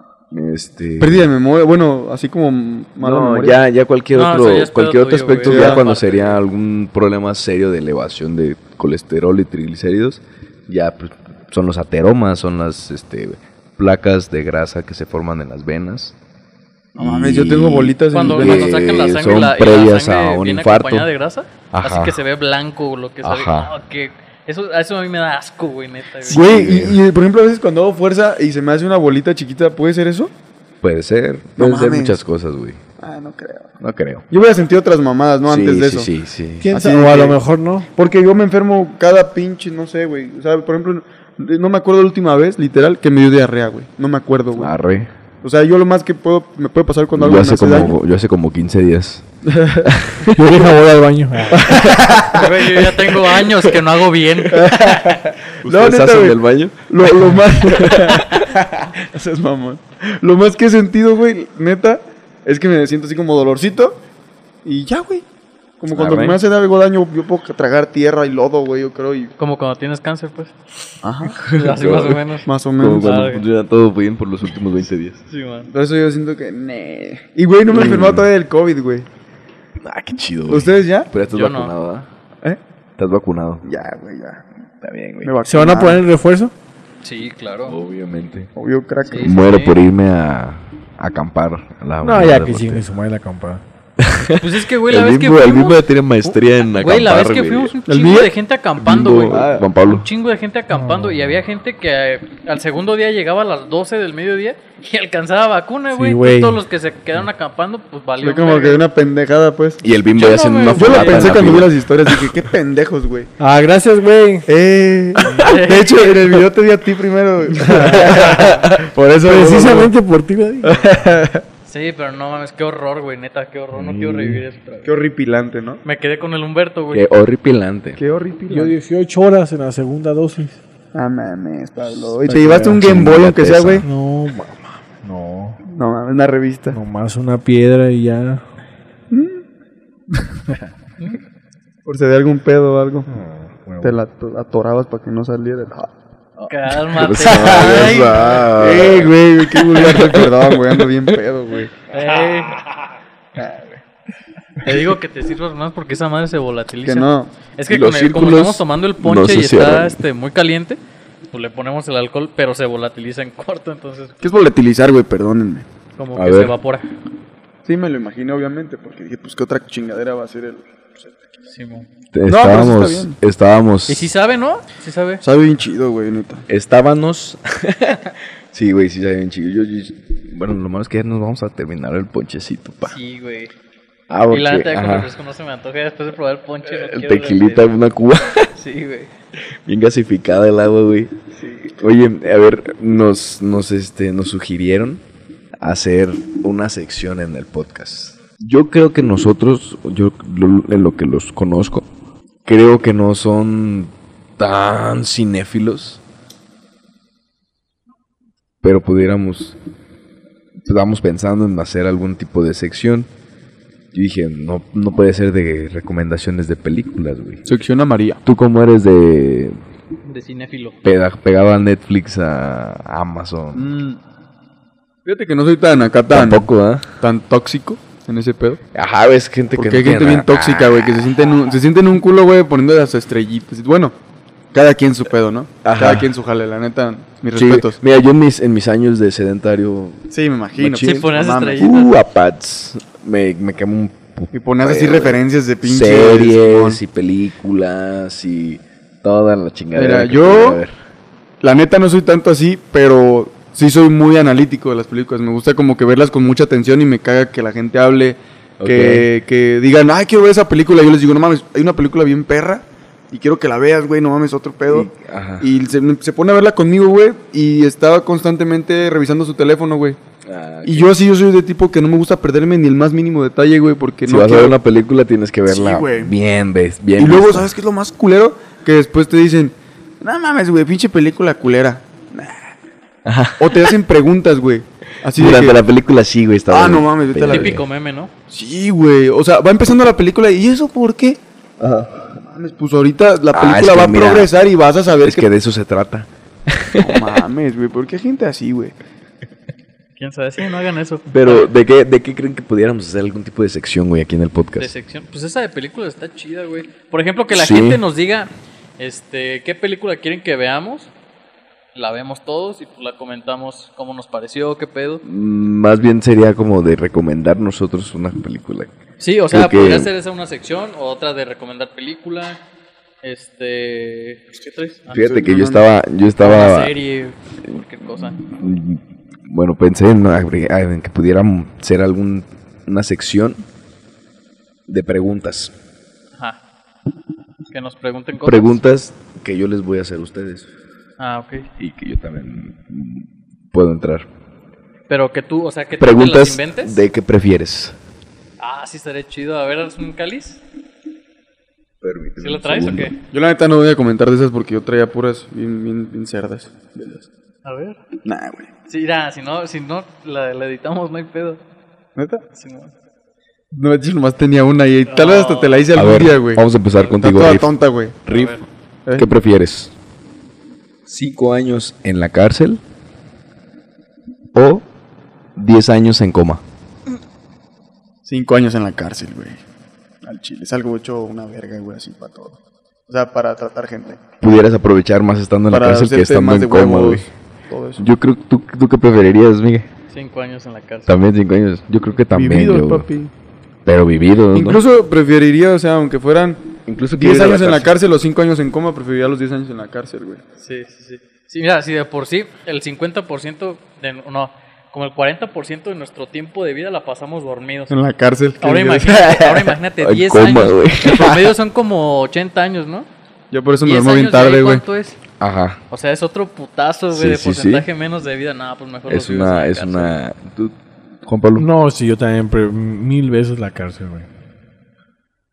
Speaker 1: Este,
Speaker 3: Pérdida de memoria, bueno, así como mala
Speaker 1: no,
Speaker 3: memoria.
Speaker 1: ya, ya cualquier
Speaker 4: No,
Speaker 1: otro,
Speaker 4: eso ya es
Speaker 1: cualquier
Speaker 4: pedo
Speaker 1: otro
Speaker 4: tuyo,
Speaker 1: aspecto,
Speaker 4: güey,
Speaker 1: ya
Speaker 3: ya
Speaker 1: cuando
Speaker 4: aparte.
Speaker 1: sería algún problema serio de elevación de colesterol y triglicéridos, ya pues, son los ateromas, son las este, placas de grasa que se forman en las venas.
Speaker 3: No mames, yo tengo bolitas
Speaker 4: Cuando,
Speaker 3: en mis
Speaker 4: cuando
Speaker 3: venas.
Speaker 1: Eh,
Speaker 4: sacan la sangre,
Speaker 1: son
Speaker 4: la, y la
Speaker 1: previas
Speaker 4: sangre
Speaker 1: a un
Speaker 4: viene
Speaker 1: infarto.
Speaker 4: acompañada de grasa, así
Speaker 1: Ajá.
Speaker 4: que se ve blanco lo que sale.
Speaker 1: Ajá.
Speaker 4: No, que eso, a eso a mí me da asco, güey, neta. güey.
Speaker 3: Güey, y,
Speaker 1: eh.
Speaker 3: y, por ejemplo, a veces cuando hago fuerza y se me hace una bolita chiquita, ¿puede ser eso?
Speaker 1: Puede ser,
Speaker 3: No
Speaker 1: puede ser
Speaker 3: mames.
Speaker 1: muchas cosas, güey.
Speaker 3: Ah, no creo.
Speaker 1: No creo.
Speaker 3: Yo hubiera sentido otras mamadas, ¿no? Antes
Speaker 1: sí,
Speaker 3: de
Speaker 1: sí,
Speaker 3: eso.
Speaker 1: sí, sí.
Speaker 2: ¿Quién
Speaker 3: Así
Speaker 2: sabe?
Speaker 3: de
Speaker 2: O a
Speaker 3: que-
Speaker 2: lo mejor no.
Speaker 3: Porque yo me enfermo cada pinche, no sé, güey. O sea, por ejemplo, no me acuerdo la última vez, literal, que me dio diarrea, güey. No me acuerdo, güey.
Speaker 1: Arre.
Speaker 3: O sea, yo lo más que puedo, me puede pasar cuando algo
Speaker 1: Yo
Speaker 3: me
Speaker 1: Ah. hace,
Speaker 3: hace daño.
Speaker 1: como, yo hace como 15 días.
Speaker 2: Yo deja voy al baño.
Speaker 4: Güey, yo ya tengo años que no hago bien.
Speaker 1: ¿Ustedes
Speaker 3: neta,
Speaker 1: hacen
Speaker 3: güey.
Speaker 1: del baño?
Speaker 3: Lo, lo más. Eso es mamón. Lo más que he sentido, güey, neta, es que me siento así como dolorcito. Y ya, Ah, güey. Como cuando
Speaker 1: Arre.
Speaker 3: me hace algo daño, yo puedo tragar tierra y lodo, güey, yo creo, y
Speaker 4: Como cuando tienes cáncer, pues.
Speaker 1: Ajá.
Speaker 4: Así más o menos.
Speaker 3: más o
Speaker 1: Como
Speaker 3: menos.
Speaker 1: cuando
Speaker 4: Arre.
Speaker 1: funciona todo bien por los últimos 20 días.
Speaker 4: Sí, man.
Speaker 3: Por eso yo siento que. "Nee". Y, güey, no me he enfermado todavía del COVID, güey.
Speaker 1: Ah, qué chido. güey.
Speaker 3: ¿Ustedes ya?
Speaker 1: Pero ya estás
Speaker 4: Yo no.
Speaker 1: vacunado, ¿verdad?
Speaker 3: ¿Eh?
Speaker 1: Estás vacunado.
Speaker 3: Ya, güey, ya.
Speaker 1: Está bien, güey.
Speaker 3: Me vacunaron.
Speaker 2: ¿Se van a poner el refuerzo?
Speaker 4: Sí, claro.
Speaker 1: Obviamente.
Speaker 3: Obvio, crack.
Speaker 4: Sí, sí,
Speaker 1: Muero
Speaker 4: sí.
Speaker 1: por irme a, a acampar. a la
Speaker 2: No,
Speaker 1: unidad
Speaker 2: ya
Speaker 1: de
Speaker 2: que
Speaker 1: parte.
Speaker 2: chingue su madre la acampada.
Speaker 4: Pues es que, güey, la
Speaker 1: El
Speaker 4: vez que
Speaker 1: mismo, el mismo ya
Speaker 4: fuimos.
Speaker 1: tiene maestría en acampar.
Speaker 4: Güey, la vez que
Speaker 1: güey.
Speaker 4: fuimos, un
Speaker 1: El
Speaker 4: chingo
Speaker 1: Bimbo-
Speaker 4: de gente acampando, güey.
Speaker 1: Ah, Juan Pablo.
Speaker 4: Un chingo de gente acampando y había gente que eh, al segundo día llegaba a las 12 del mediodía y alcanzaba vacuna,
Speaker 2: Sí,
Speaker 4: güey. Entonces,
Speaker 2: güey.
Speaker 4: todos los que se quedaron acampando, pues valió.
Speaker 3: Fue como
Speaker 4: verga.
Speaker 3: que una pendejada, pues.
Speaker 1: Y el bimbo
Speaker 4: Yo
Speaker 1: ya
Speaker 4: no,
Speaker 1: haciendo
Speaker 4: güey.
Speaker 1: una
Speaker 3: Yo lo
Speaker 1: fogata en
Speaker 3: pensé
Speaker 1: la
Speaker 3: cuando vi
Speaker 1: pila.
Speaker 3: las historias, dije, qué pendejos, güey.
Speaker 2: Ah, gracias, güey.
Speaker 3: Eh. De hecho, en el video te di a ti primero. güey. Por eso.
Speaker 2: Precisamente por ti, güey.
Speaker 4: Sí, pero no mames, qué horror, güey, neta, qué horror. No quiero revivir eso. otra vez.
Speaker 3: Qué horripilante, ¿no?
Speaker 4: Me quedé con el Humberto, güey.
Speaker 1: Qué horripilante.
Speaker 3: Qué horripilante.
Speaker 2: Yo 18 horas en la segunda dosis.
Speaker 3: Ah, mames, Pablo. Y te llevaste un Game Boy, aunque sea, güey.
Speaker 2: No, mamá. No.
Speaker 3: No mames, una revista.
Speaker 2: Nomás una piedra y ya.
Speaker 3: Por si de algún pedo o algo. Te la ato- atorabas para que no saliera.
Speaker 4: Cálmate.
Speaker 1: Ay,
Speaker 4: güey.
Speaker 1: esa.
Speaker 3: Ey, Eh, güey, qué vulgar. Perdón, güey, ando bien pedo, güey.
Speaker 4: Ey. Te digo que te sirvas más porque esa madre se volatiliza.
Speaker 3: Que no.
Speaker 4: Es que
Speaker 1: Y los
Speaker 4: con el- como
Speaker 1: círculos
Speaker 4: estamos tomando el ponche
Speaker 1: no se
Speaker 4: y
Speaker 1: cierran.
Speaker 4: está este, muy caliente, pues le ponemos el alcohol, pero se volatiliza en corto, entonces
Speaker 3: ¿Qué es volatilizar, güey? Perdónenme.
Speaker 4: como
Speaker 1: A
Speaker 4: que se
Speaker 1: ver.
Speaker 4: evapora.
Speaker 3: Sí, me lo imaginé, obviamente, porque dije, pues, ¿qué otra chingadera va a ser el...?
Speaker 4: Sí, mo.
Speaker 3: pero
Speaker 1: Estábamos,
Speaker 3: sí está
Speaker 1: estábamos,
Speaker 4: y sí sabe, ¿no? Sí sabe.
Speaker 3: Sabe bien chido, güey, neta.
Speaker 1: estábamos. sí, güey, sí, saben chido. Yo- yo- bueno, lo malo es que ya nos vamos a terminar el ponchecito, pa.
Speaker 4: Sí, güey.
Speaker 1: Ah,
Speaker 4: Y la
Speaker 1: porque,
Speaker 4: neta, ya con
Speaker 1: ajá,
Speaker 4: el fresco no se me antoja después de probar el ponche. no
Speaker 1: el
Speaker 4: quiero
Speaker 1: tequilita,
Speaker 4: regresar.
Speaker 1: una cuba
Speaker 4: Sí, güey.
Speaker 1: bien gasificada el agua, güey. Oye, a ver, nos, nos, este, nos sugirieron hacer una sección en el podcast. Yo creo que nosotros, yo lo- en lo que los conozco, creo que no son tan cinéfilos, pero pudiéramos, estábamos pensando en hacer algún tipo de sección. Yo dije, no, no puede ser de recomendaciones de películas, güey.
Speaker 3: Sección amarilla.
Speaker 1: ¿Tú cómo eres de
Speaker 4: De cinéfilo.
Speaker 1: peda- pegado a Netflix, a Amazon.
Speaker 3: Mm. Fíjate que no soy tan acá tan,
Speaker 1: Tampoco, ¿ah?
Speaker 3: tan tóxico en ese pedo.
Speaker 1: Ajá, ves gente que
Speaker 3: Porque
Speaker 1: no
Speaker 3: hay gente
Speaker 1: tiene
Speaker 3: bien
Speaker 1: nada.
Speaker 3: tóxica, güey, que se siente, en un, se siente en un culo, güey, poniendo las estrellitas. Bueno, cada quien su pedo, ¿no?
Speaker 1: Ajá.
Speaker 3: Cada quien su jale, la neta, mis
Speaker 1: Sí,
Speaker 3: respetos.
Speaker 1: mira, yo en mis, en mis años de sedentario,
Speaker 3: Sí, me imagino.
Speaker 1: Machín.
Speaker 3: pues,
Speaker 4: Sí, ponías
Speaker 3: no mames.
Speaker 4: estrellitas.
Speaker 1: uh, a pads, me, me quemo un
Speaker 3: Y ponías así
Speaker 1: Güey,
Speaker 3: referencias de pinche. Simón.
Speaker 1: series y películas y toda la chingadera.
Speaker 3: Mira,
Speaker 1: que
Speaker 3: yo-
Speaker 1: pudiera haber.
Speaker 3: La neta no soy tanto así, pero sí soy muy analítico de las películas. Me gusta como que verlas con mucha atención y me caga que la gente hable, que, que digan, ay, quiero ver esa película. Yo les digo, no mames, hay una película bien perra y quiero que la veas, güey, no mames, otro pedo.
Speaker 1: Y- ajá.
Speaker 3: Y se, se pone a verla conmigo, güey, y estaba constantemente revisando su teléfono, güey.
Speaker 1: Ah,
Speaker 3: Y
Speaker 1: que-
Speaker 3: yo así, yo soy de tipo que no me gusta perderme ni el más mínimo detalle, güey, porque
Speaker 1: si
Speaker 3: no
Speaker 1: vas a
Speaker 3: quiero-
Speaker 1: ver una película tienes que verla
Speaker 3: güey.
Speaker 1: bien, ves, bien.
Speaker 3: Y luego,
Speaker 1: vista.
Speaker 3: ¿sabes qué es lo más culero? Que después te dicen, no mames, güey, pinche película culera. Nah. O te hacen preguntas, güey. Así de
Speaker 1: Durante
Speaker 3: que,
Speaker 1: la película sí, güey, está
Speaker 3: Ah,
Speaker 1: bueno.
Speaker 3: no mames, vete a la
Speaker 4: Típico meme, ¿no?
Speaker 3: sí, güey. O sea, va empezando la película y ¿eso por qué? No mames, pues ahorita la
Speaker 1: Ah,
Speaker 3: película
Speaker 1: es que
Speaker 3: va a
Speaker 1: mira,
Speaker 3: progresar y vas a saber
Speaker 1: Es que de eso se trata.
Speaker 3: No mames, güey, ¿por qué hay gente así, güey?
Speaker 4: ¿Quién sabe? Sí, no hagan eso.
Speaker 1: Pero, ¿de qué, ¿de qué creen que pudiéramos hacer algún tipo de sección, güey, aquí en el podcast?
Speaker 4: De sección. Pues esa de película está chida, güey. Por ejemplo, que la
Speaker 1: Sí.
Speaker 4: gente nos diga este, qué película quieren que veamos. La vemos todos y pues la comentamos cómo nos pareció, qué pedo.
Speaker 1: Mm, Más bien sería como de recomendar nosotros una película.
Speaker 4: Sí, o sea,
Speaker 1: Creo que-
Speaker 4: podría ser esa una sección o otra de recomendar película. Este. ¿Qué traes? Ah,
Speaker 1: Fíjate que
Speaker 3: no,
Speaker 1: yo
Speaker 3: no.
Speaker 1: estaba, yo
Speaker 4: una
Speaker 1: estaba,
Speaker 4: serie, cualquier cosa.
Speaker 1: mm, bueno, pensé en, ah, en que pudiéramos ser algún, una sección de preguntas.
Speaker 4: Ajá. Que nos pregunten cosas.
Speaker 1: Preguntas que yo les voy a hacer a ustedes
Speaker 4: Ah, ok.
Speaker 1: y que yo también mm, puedo entrar.
Speaker 4: Pero que tú, o sea, que tú te las
Speaker 1: Preguntas
Speaker 4: inventes.
Speaker 1: de qué prefieres.
Speaker 4: Ah, sí, estaría chido. A ver, ¿es un cáliz?
Speaker 1: Permíteme
Speaker 4: ¿Sí lo
Speaker 1: un
Speaker 4: traes o
Speaker 1: segundo.
Speaker 4: qué?
Speaker 3: Yo la neta no voy a comentar de esas porque yo traía puras bien, bien, bien cerdas. de las-
Speaker 4: A ver.
Speaker 3: Nah, güey.
Speaker 4: Sí, ya, si no, si no la, la editamos, no hay pedo.
Speaker 3: ¿Neta?
Speaker 4: Si no-
Speaker 3: No, yo nomás tenía una y tal vez hasta te la hice
Speaker 1: A
Speaker 3: algún
Speaker 1: ver,
Speaker 3: día, güey.
Speaker 1: vamos a empezar
Speaker 3: Está
Speaker 1: contigo,
Speaker 3: toda
Speaker 1: Riff.
Speaker 3: tonta, güey.
Speaker 1: Riff,
Speaker 3: Eh.
Speaker 1: ¿qué prefieres? ¿Cinco años en la cárcel o diez años en coma?
Speaker 3: Cinco años en la cárcel, güey. Al chile. Es algo hecho una verga, güey, así para todo. O sea, para tratar gente.
Speaker 1: Pudieras aprovechar más estando en
Speaker 3: para
Speaker 1: la cárcel que
Speaker 3: hacerte
Speaker 1: estando
Speaker 3: más
Speaker 1: en
Speaker 3: de
Speaker 1: coma,
Speaker 3: huevos,
Speaker 1: güey.
Speaker 3: Todo eso.
Speaker 1: Yo creo, ¿tú, ¿tú qué preferirías, Miguel?
Speaker 4: Cinco años en la cárcel.
Speaker 1: También cinco años. Yo creo que también.
Speaker 3: Vivido,
Speaker 1: yo,
Speaker 3: papi.
Speaker 1: Pero vivido, ¿no?
Speaker 3: Incluso preferiría, o sea, aunque fueran
Speaker 1: Incluso
Speaker 3: 10
Speaker 1: quiero ir a
Speaker 3: años en la cárcel o 5 años en coma, preferiría los 10 años en la cárcel, güey.
Speaker 4: Sí, sí, sí. Sí, mira, si de por sí el 50% de... No, como el 40% de nuestro tiempo de vida la pasamos dormidos.
Speaker 3: En la cárcel. que
Speaker 4: Ahora
Speaker 3: yo-
Speaker 4: imagínate, ahora imagínate,
Speaker 1: En
Speaker 4: 10
Speaker 1: coma,
Speaker 4: años.
Speaker 1: güey.
Speaker 4: El promedio son como 80 años, ¿no?
Speaker 3: Yo por eso me
Speaker 4: 10
Speaker 3: duermo bien
Speaker 4: años de ahí,
Speaker 3: tarde, güey.
Speaker 4: ¿Cuánto es?
Speaker 1: Ajá.
Speaker 4: O sea, es otro putazo, güey,
Speaker 1: Sí,
Speaker 4: de
Speaker 1: sí, sí.
Speaker 4: porcentaje menos de vida. No, pues mejor
Speaker 1: Es
Speaker 4: los vives en
Speaker 1: una,
Speaker 4: la
Speaker 1: es
Speaker 4: cárcel.
Speaker 1: una... ¿Tú, Juan Pablo?
Speaker 2: No, sí, yo también, pero mil veces la cárcel, güey.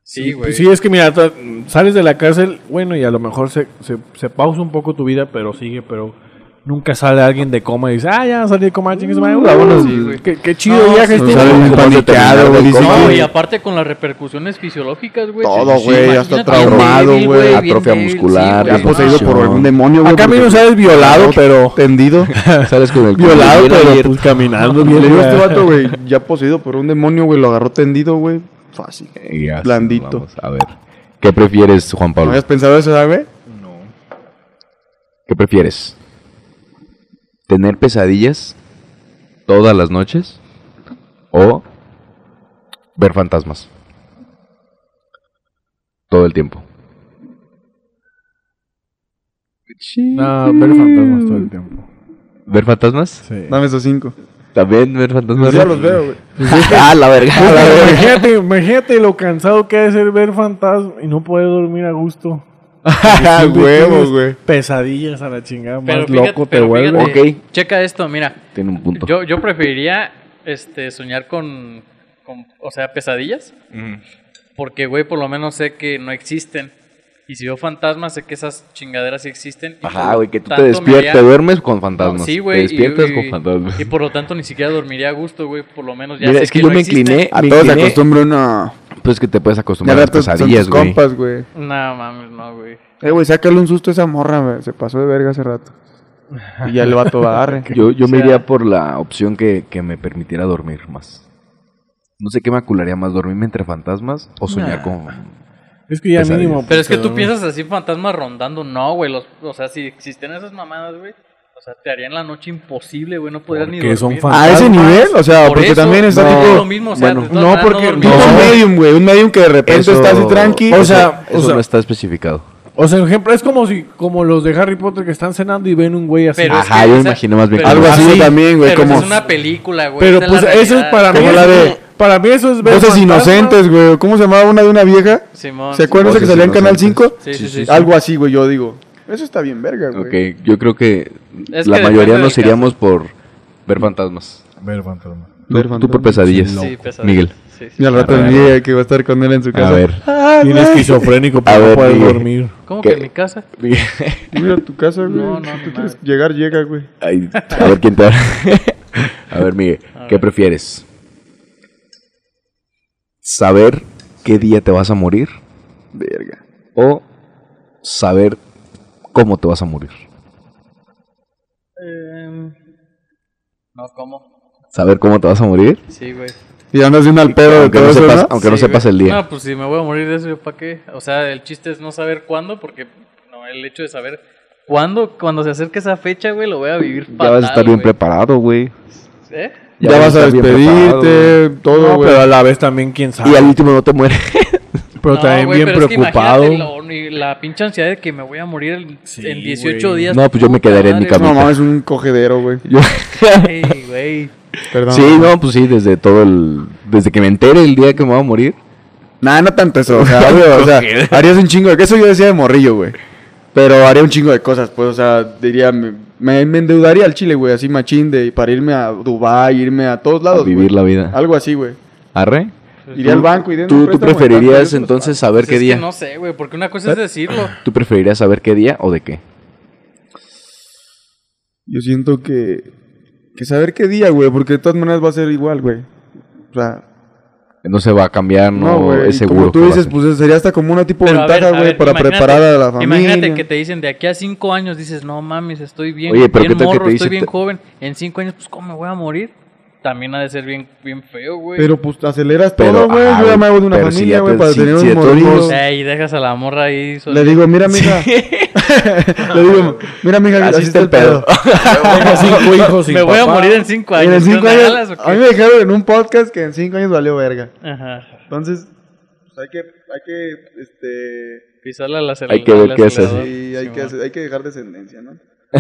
Speaker 4: Sí, güey.
Speaker 2: Sí, es que mira, ta- sales de la cárcel, bueno, y a lo mejor se, se, se pausa un poco tu vida, pero sigue, pero nunca sale alguien de coma y dice, ah, ya salí de coma, chingues, madre, vámonos. qué, qué chido
Speaker 4: No,
Speaker 2: viaje este
Speaker 4: sí,
Speaker 2: estuvo.
Speaker 1: sale bien
Speaker 2: Como
Speaker 1: paniqueado,
Speaker 2: determinado,
Speaker 1: güey,
Speaker 2: dice,
Speaker 1: ¿cómo?
Speaker 2: "No,
Speaker 4: No, y
Speaker 2: ya".
Speaker 4: aparte con las repercusiones fisiológicas, güey.
Speaker 3: Todo,
Speaker 4: Sí,
Speaker 3: güey,
Speaker 4: imagínate,
Speaker 3: hasta
Speaker 4: bien
Speaker 3: traumado,
Speaker 4: débil,
Speaker 3: güey,
Speaker 4: bien
Speaker 1: atrofia
Speaker 4: débil,
Speaker 1: muscular,
Speaker 4: sí,
Speaker 1: ya
Speaker 4: güey, no.
Speaker 1: poseído por algún
Speaker 3: demonio,
Speaker 2: Acá a mí no sabes violado, pero...
Speaker 3: Tendido.
Speaker 1: Sales con el...
Speaker 2: Violado,
Speaker 1: culo
Speaker 2: pero
Speaker 1: bien
Speaker 2: pues, caminando
Speaker 3: Le
Speaker 2: bien.
Speaker 3: digo a este
Speaker 2: güey.
Speaker 3: vato, güey, ya poseído por un demonio, güey, lo agarró tendido, güey. Fácil.
Speaker 1: abierto. Y así
Speaker 3: Blandito.
Speaker 1: vamos. A ver. ¿Qué prefieres, Juan
Speaker 3: ¿No
Speaker 1: Pablo?
Speaker 3: habías pensado eso, güey?
Speaker 1: ¿Qué prefieres? ¿Tener pesadillas todas las noches o ver fantasmas todo el tiempo?
Speaker 2: No, ver fantasmas todo el tiempo.
Speaker 1: ¿Ver fantasmas?
Speaker 2: Sí.
Speaker 3: Dame esos cinco.
Speaker 1: También ver fantasmas.
Speaker 3: Pues ya los veo, güey.
Speaker 1: ah, la verga.
Speaker 2: Ah, la verdad, imagínate, imagínate lo cansado que ha de ser ver fantasmas y no poder dormir a gusto.
Speaker 3: Ah,
Speaker 2: Siempre
Speaker 3: huevos,
Speaker 2: tienes
Speaker 3: güey.
Speaker 2: Pesadillas a la chingada,
Speaker 4: Pero
Speaker 2: más
Speaker 4: fíjate-
Speaker 2: loco te
Speaker 4: pero
Speaker 2: vuelve.
Speaker 4: fíjate,
Speaker 1: Ok.
Speaker 4: Checa esto, mira.
Speaker 1: Tiene un punto.
Speaker 4: Yo, yo preferiría este, soñar con, con, o sea, pesadillas. Porque, güey, por lo menos sé que no existen. Y si veo fantasmas, sé que esas chingaderas sí existen. y por
Speaker 1: Ajá,
Speaker 4: lo
Speaker 1: güey, que tú te
Speaker 4: tanto me
Speaker 1: despiertas,
Speaker 4: haría-
Speaker 1: duermes con fantasmas.
Speaker 4: No, sí,
Speaker 1: Te
Speaker 4: güey. y-
Speaker 1: despiertas
Speaker 4: y-
Speaker 1: con fantasmas.
Speaker 4: Y por lo tanto ni siquiera dormiría a gusto, güey. Por lo menos pues, ya
Speaker 1: Mira,
Speaker 4: sé
Speaker 1: es que,
Speaker 4: que
Speaker 1: yo
Speaker 4: no
Speaker 1: me
Speaker 4: existen.
Speaker 1: incliné.
Speaker 3: A
Speaker 1: me
Speaker 3: todos se
Speaker 1: incliné-
Speaker 3: acostumbra una...
Speaker 1: Pues que te puedes
Speaker 3: Ya
Speaker 1: acostumbrar a las
Speaker 3: ratos son
Speaker 1: pesadillas,
Speaker 3: tus
Speaker 1: güey.
Speaker 3: compas, güey.
Speaker 4: No, mames, no, güey.
Speaker 3: Eh, güey, sácale un susto a esa morra, güey. Se pasó de verga hace rato. Y ya el vato va a agarre.
Speaker 1: Yo, yo me
Speaker 4: sea-
Speaker 1: iría por la opción que, que me permitiera dormir más. No sé qué me acularía más, dormirme entre fantasmas o soñar
Speaker 2: Nah.
Speaker 1: con...
Speaker 2: Es que ya
Speaker 1: Pesadillas.
Speaker 2: mínimo.
Speaker 4: Pero es que
Speaker 2: pues,
Speaker 4: tú
Speaker 2: eh,
Speaker 4: piensas así fantasmas rondando, no, güey. los- O sea, si existen esas mamadas, güey, o sea, te harían la noche imposible, güey. No podrías ni
Speaker 2: Porque
Speaker 4: dormir.
Speaker 2: son
Speaker 3: Ah, ¿A ese nivel? O sea,
Speaker 4: Por
Speaker 3: porque
Speaker 4: eso,
Speaker 3: también está
Speaker 4: no,
Speaker 3: tipo...
Speaker 4: es lo mismo, o sea,
Speaker 3: bueno,
Speaker 4: de todas
Speaker 3: no,
Speaker 4: maneras
Speaker 3: porque...
Speaker 4: no
Speaker 3: No,
Speaker 4: dormimos.
Speaker 3: un medium, güey. Un medium que de repente
Speaker 1: Eso-
Speaker 3: está así tranqui.
Speaker 2: O sea,
Speaker 1: Eso no está especificado.
Speaker 2: O sea, por ejemplo, es como si, como los de Harry Potter que están cenando y ven un güey así.
Speaker 4: Pero
Speaker 2: Ah,
Speaker 4: es que
Speaker 1: Ajá, yo
Speaker 4: esa-
Speaker 1: imaginé más bien
Speaker 4: pero-
Speaker 3: algo así
Speaker 2: así,
Speaker 3: también, güey.
Speaker 4: Pero esa
Speaker 3: Como...
Speaker 4: es una película, güey.
Speaker 2: Pero
Speaker 4: esa
Speaker 2: pues
Speaker 4: la
Speaker 2: eso es
Speaker 4: realidad.
Speaker 2: para mí.
Speaker 3: Como la
Speaker 2: es-
Speaker 3: de-
Speaker 2: Para mí eso es ver.
Speaker 3: Voces
Speaker 2: fantasmas.
Speaker 3: inocentes, güey. ¿Cómo se llamaba una de una vieja?
Speaker 4: Simón.
Speaker 3: ¿Se acuerdan esa que
Speaker 1: Voces
Speaker 3: salía en Canal
Speaker 1: inocentes.
Speaker 3: 5?
Speaker 4: Sí, sí, sí. sí.
Speaker 3: Algo así, güey, yo digo. Eso está bien verga, güey.
Speaker 1: Ok, yo creo que
Speaker 4: Es
Speaker 1: la
Speaker 4: que depende
Speaker 1: mayoría
Speaker 4: del
Speaker 1: nos
Speaker 4: caso.
Speaker 1: iríamos por ver fantasmas.
Speaker 2: Ver fantasmas.
Speaker 1: Tú,
Speaker 3: Ver
Speaker 1: tú por
Speaker 3: fantasmas.
Speaker 1: pesadillas.
Speaker 4: Sí, pesadilla.
Speaker 1: Miguel.
Speaker 4: Sí, sí.
Speaker 3: Y al rato
Speaker 1: A ver.
Speaker 3: el día que va a estar con él en su casa.
Speaker 1: A ver.
Speaker 2: Tiene esquizofrénico
Speaker 1: A
Speaker 2: para no
Speaker 1: ver,
Speaker 2: poder
Speaker 1: Miguel.
Speaker 2: dormir.
Speaker 4: ¿Cómo
Speaker 1: ¿Qué?
Speaker 4: que en mi casa?
Speaker 3: Mira tu casa, güey.
Speaker 4: No, no,
Speaker 3: Si
Speaker 4: ni
Speaker 3: tú quieres
Speaker 4: madre.
Speaker 3: llegar, llega, güey.
Speaker 1: Ay, a ver quién te habla. A ver, Miguel, ¿qué prefieres? ¿Saber qué día te vas a morir?
Speaker 3: Verga.
Speaker 1: o saber cómo te vas a morir.
Speaker 4: Eh, Em, no, ¿cómo?
Speaker 1: saber cómo te vas a morir.
Speaker 4: Sí, güey.
Speaker 3: Y andas bien al pedo de
Speaker 1: aunque no
Speaker 3: todo eso,
Speaker 1: sepas,
Speaker 3: ¿no?
Speaker 1: aunque no
Speaker 4: Sí,
Speaker 1: sepas
Speaker 4: güey.
Speaker 1: el día.
Speaker 4: No, pues si me voy a morir de eso, ¿yo para qué? O sea, el chiste es no saber cuándo, porque no, el hecho de saber cuándo, cuando se acerque esa fecha, güey, lo voy a vivir fatal,
Speaker 1: ya vas a estar bien
Speaker 4: güey.
Speaker 1: preparado, güey.
Speaker 4: ¿Eh?
Speaker 3: Ya, vas a
Speaker 1: estar bien preparado,
Speaker 3: despedirte, todo,
Speaker 2: No,
Speaker 3: güey.
Speaker 2: pero a la vez también, quién sabe.
Speaker 1: güey. Y al último no te mueres.
Speaker 2: pero
Speaker 4: No,
Speaker 2: también
Speaker 4: güey,
Speaker 2: bien
Speaker 4: pero es que
Speaker 2: preocupado.
Speaker 4: imagínate lo- y la pinche ansiedad de que me voy a morir el-
Speaker 2: Sí,
Speaker 4: en 18
Speaker 2: güey.
Speaker 4: días.
Speaker 1: No, pues yo me
Speaker 4: Puta
Speaker 1: quedaré en mi
Speaker 4: madre,
Speaker 1: cama.
Speaker 3: no mames, un cogedero, güey.
Speaker 1: Yo-
Speaker 4: güey, güey.
Speaker 3: Perdón.
Speaker 1: sí, no, pues sí, desde todo el. Desde que me entere el día que me voy a morir.
Speaker 3: Nah, no tanto eso. O sea, obvio, o sea, harías un chingo de... Eso yo decía de morrillo, güey. Pero haría un chingo de cosas, pues, o sea, diría... Me, me- me endeudaría al Chile, güey, así machín de... Para irme a Dubái, irme a todos lados,
Speaker 1: A vivir
Speaker 3: güey.
Speaker 1: la vida.
Speaker 3: Algo así, güey.
Speaker 1: ¿Arre?
Speaker 3: Iría al banco y de
Speaker 1: ¿Tú, tú preferirías entonces saber
Speaker 4: Pues
Speaker 1: qué
Speaker 4: es
Speaker 1: día? ¿Eh?
Speaker 4: que no sé, güey, porque una cosa es decirlo.
Speaker 1: ¿Tú preferirías saber qué día o de qué?
Speaker 3: Yo siento que... Que saber qué día, güey, porque de todas maneras va a ser igual, güey. O sea...
Speaker 1: No se va a cambiar,
Speaker 3: No,
Speaker 1: no,
Speaker 3: güey. y
Speaker 1: es seguro.
Speaker 3: Como
Speaker 1: que
Speaker 3: tú
Speaker 1: va a
Speaker 3: dices,
Speaker 1: ser.
Speaker 3: pues sería hasta como una tipo
Speaker 4: Pero a ver,
Speaker 3: ventaja,
Speaker 4: a
Speaker 3: güey,
Speaker 4: ver,
Speaker 3: para
Speaker 4: imagínate-
Speaker 3: preparar a la familia.
Speaker 4: Imagínate que te dicen de aquí a 5 años, dices, no mames, estoy bien,
Speaker 1: Oye, pero
Speaker 4: bien
Speaker 1: ¿qué tal que
Speaker 4: morro,
Speaker 1: te dice
Speaker 4: estoy bien
Speaker 1: te-
Speaker 4: joven. En 5 años, pues, ¿cómo me voy a morir? También ha de ser bien, bien feo, güey.
Speaker 3: Pero pues aceleras todo,
Speaker 1: Pero,
Speaker 3: güey.
Speaker 1: ajá,
Speaker 3: Yo ya me hago de una
Speaker 1: pero si
Speaker 3: familia,
Speaker 1: ya
Speaker 3: güey,
Speaker 1: te-
Speaker 3: para
Speaker 1: si-
Speaker 3: tener
Speaker 1: si
Speaker 3: un
Speaker 1: de todos
Speaker 3: morrillo.
Speaker 1: modos-
Speaker 4: O sea, y dejas a la morra ahí. sola.
Speaker 3: pues, Le digo, mira, mija. Le digo, mira, mija,
Speaker 1: Así está el pedo.
Speaker 2: Tengo cinco hijos sin
Speaker 4: me voy a
Speaker 2: papá.
Speaker 4: morir en 5
Speaker 3: Y
Speaker 4: años.
Speaker 3: en
Speaker 4: ¿qué
Speaker 3: cinco
Speaker 4: onda,
Speaker 3: años-
Speaker 4: jalas o qué?
Speaker 3: a mí me dijeron en un podcast que en cinco años valió verga.
Speaker 4: Ajá.
Speaker 3: Entonces, pues, hay que, hay que, este,
Speaker 4: Pisarle al acelerador.
Speaker 1: Hay que ver qué haces.
Speaker 4: acelerador,
Speaker 3: sí, hay, que,
Speaker 4: Simón.
Speaker 3: hacer- hay que dejar descendencia, ¿no?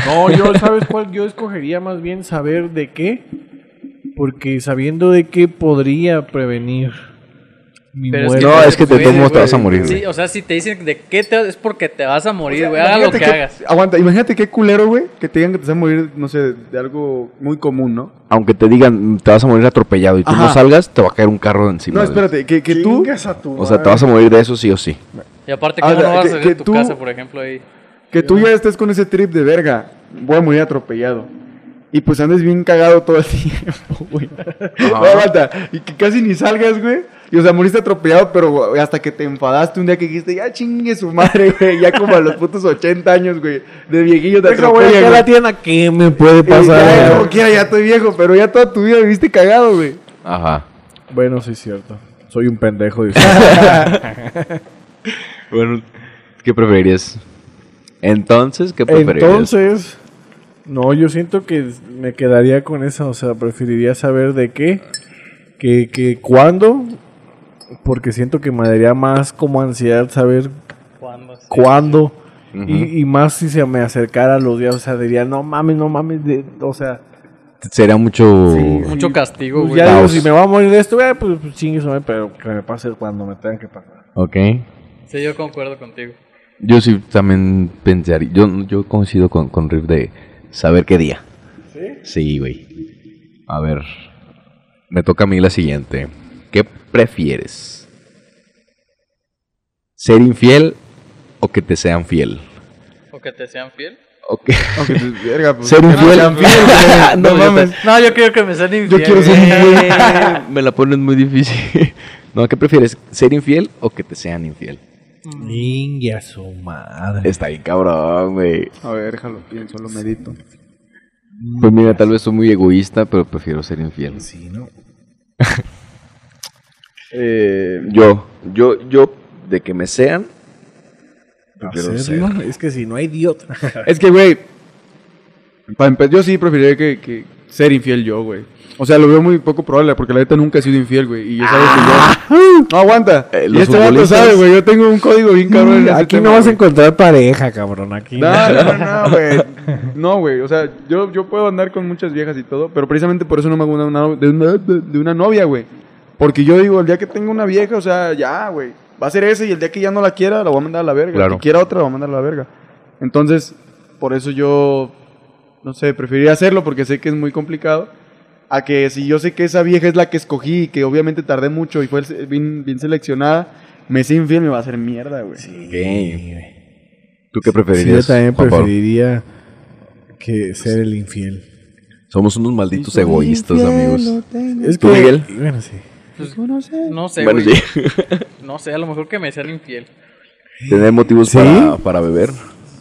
Speaker 2: No, yo, ¿sabes cuál? Yo escogería más bien saber de qué. Porque sabiendo de qué podría prevenir mi
Speaker 4: Pero
Speaker 2: muerte.
Speaker 1: No,
Speaker 4: tal
Speaker 1: es
Speaker 4: vez
Speaker 1: que de todos
Speaker 4: puedes,
Speaker 1: modos te
Speaker 4: güey.
Speaker 1: vas a morir,
Speaker 4: Sí,
Speaker 1: güey.
Speaker 4: o sea, si te dicen de qué te es porque te vas a morir, güey. haga lo
Speaker 3: Imagínate
Speaker 4: que, hagas.
Speaker 3: Aguanta, imagínate qué culero, güey, que te digan que te vas a morir, no sé, de algo muy común, ¿no?
Speaker 1: Aunque te digan, te vas a morir atropellado y tú no
Speaker 3: Ajá.
Speaker 1: salgas, te va a caer un carro encima.
Speaker 3: No,
Speaker 1: güey.
Speaker 3: espérate, que, que tú...
Speaker 1: O sea, te vas a morir de eso sí o sí.
Speaker 4: Y aparte,
Speaker 3: Ah,
Speaker 4: ¿cómo
Speaker 3: o sea,
Speaker 4: no vas
Speaker 3: que-
Speaker 4: a salir
Speaker 3: que
Speaker 4: de tu
Speaker 3: tú-
Speaker 4: casa, por ejemplo? Ahí?
Speaker 3: Que tú ya estés con ese trip de verga. Voy a morir atropellado. Y pues andes bien cagado todo el tiempo, güey. No, aguanta. Y que casi ni salgas, güey. Y o sea, moriste atropellado, pero güey, hasta que te enfadaste un día que dijiste, ya chingue su madre, güey. Ya como a los putos 80 años, güey. De viejillo te
Speaker 2: Deja, güey,
Speaker 3: atropellan,
Speaker 2: ¿qué
Speaker 3: güey.
Speaker 2: la tienda? ¿Qué me puede
Speaker 3: Y ya,
Speaker 2: pasar?
Speaker 3: como quiera, ya estoy viejo, pero ya toda tu vida viviste cagado, güey.
Speaker 1: Ajá.
Speaker 2: Bueno, sí es cierto. Soy un pendejo. dice.
Speaker 1: Bueno, ¿qué preferirías? Entonces, ¿qué preferirías?
Speaker 2: Entonces, no, yo siento que me quedaría con esa, o sea, preferiría saber de qué, que, que cuándo, porque siento que me daría más como ansiedad saber
Speaker 4: ¿Cuándo? Sí.
Speaker 2: cuándo
Speaker 1: Ujú.
Speaker 2: y, y más si se me acercara a los días, o sea, diría, no mames, no mames, de- o sea,
Speaker 1: Será mucho...
Speaker 4: Mucho castigo,
Speaker 2: pues
Speaker 4: güey.
Speaker 2: ya digo,
Speaker 1: Caos.
Speaker 2: si me voy a morir de esto, eh, pues, pues chingue su madre, pero que me pase cuando me tengan que pasar.
Speaker 1: Ok.
Speaker 4: Sí, yo concuerdo contigo.
Speaker 1: Yo sí también pensaría... Yo, yo coincido con, con Riff de saber qué día. ¿Sí? Sí, güey. A ver, me toca a mí la siguiente. ¿Qué prefieres? ¿Ser infiel o que te sean fiel?
Speaker 4: ¿O que te sean fiel?
Speaker 1: Ok.
Speaker 3: Aunque, pues, verga, pues.
Speaker 1: Ser infiel.
Speaker 4: No, mames. No, yo quiero que me sean infiel.
Speaker 3: Yo quiero ser
Speaker 4: güey.
Speaker 3: infiel.
Speaker 1: Me la pones muy difícil. No, ¿qué prefieres? ¿Ser infiel o que te sean infiel?
Speaker 2: Ninja su madre.
Speaker 1: Está bien cabrón, güey.
Speaker 3: A ver, déjalo, pienso, lo medito.
Speaker 1: Pues mira, tal vez soy muy egoísta, pero prefiero ser infiel.
Speaker 2: Sí, ¿no?
Speaker 3: Eh,
Speaker 1: Yo, yo, yo, de que me sean. Prefiero ser.
Speaker 2: Hacerlo, Es que si no hay idiota.
Speaker 3: Es que, güey. pa' empe- Yo sí preferiría que, que ser infiel yo, güey. O sea, lo veo muy poco probable porque la neta nunca he sido infiel, güey. Y yo sabes que yo. No aguanta.
Speaker 1: Ah. Eh,
Speaker 3: y
Speaker 1: los
Speaker 3: este vato
Speaker 1: futbolistas- Mm,
Speaker 3: sabe, güey. Yo tengo un código bien cabrón. en ese
Speaker 2: Aquí
Speaker 3: tema,
Speaker 2: no vas a
Speaker 3: güey.
Speaker 2: encontrar pareja, cabrón. Aquí
Speaker 3: No, no, no, no, güey. No, güey. O sea, yo, yo puedo andar con muchas viejas y todo, pero precisamente por eso no me hago una, una- de, una, de- de una novia, güey. Porque yo digo, el día que tenga una vieja, o sea, ya, güey. Va a ser ese y el día que ya no la quiera, la voy a mandar a la verga.
Speaker 1: Claro.
Speaker 3: Que quiera otra, la voy a mandar a la verga. Entonces, por eso yo, no sé, preferiría hacerlo porque sé que es muy complicado. A que si yo sé que esa vieja es la que escogí y que obviamente tardé mucho y fue el- bien, bien seleccionada, me sé infiel, me va a hacer mierda, güey.
Speaker 1: eh. ¿Tú qué
Speaker 2: Sí, yo
Speaker 1: preferirías?
Speaker 2: también
Speaker 1: Juan Pablo?
Speaker 2: preferiría que ser el infiel.
Speaker 1: Somos unos malditos egoístas, amigos.
Speaker 2: Es
Speaker 1: ¿Tú, Miguel?
Speaker 2: Bueno, sí.
Speaker 3: Pues
Speaker 4: No sé,
Speaker 1: Bueno,
Speaker 4: güey.
Speaker 1: sí.
Speaker 4: No sé, a lo mejor que me sean infiel.
Speaker 1: Tener motivos
Speaker 2: ¿Sí?
Speaker 1: para, para beber.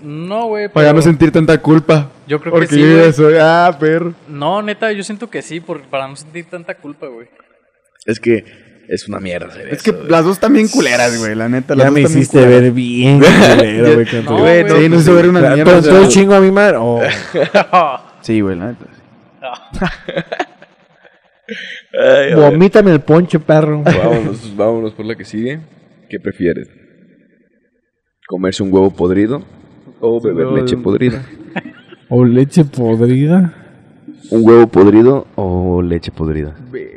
Speaker 4: No, güey.
Speaker 3: Para
Speaker 4: pero-
Speaker 3: no sentir tanta culpa.
Speaker 4: Yo creo
Speaker 3: Porque
Speaker 4: que sí,
Speaker 3: yo
Speaker 4: güey.
Speaker 3: ya soy. Ah, perro.
Speaker 4: No, neta, yo siento que sí, por, para no sentir tanta culpa, güey.
Speaker 1: Es que es una mierda hacer
Speaker 3: Es que
Speaker 1: eso, güey.
Speaker 3: las dos también culeras, güey. La neta, las
Speaker 2: Ya
Speaker 3: dos
Speaker 2: me
Speaker 3: también
Speaker 2: hiciste
Speaker 3: culeras.
Speaker 2: ver bien, culero, güey. con tu-
Speaker 4: No, güey,
Speaker 3: Sí, no hizo ver una
Speaker 2: Pero
Speaker 3: mierda. o sea,
Speaker 2: Entonces chingo a mi madre. Oh,
Speaker 3: Sí, güey, la neta.
Speaker 2: vomítame el ponche, perro.
Speaker 1: Vámonos, vámonos por la que sigue. ¿Qué prefieres? ¿Comerse un huevo podrido o beber
Speaker 3: No,
Speaker 1: leche
Speaker 3: no.
Speaker 1: podrida?
Speaker 2: O leche podrida.
Speaker 1: ¿Un huevo podrido o leche podrida?
Speaker 3: Verga.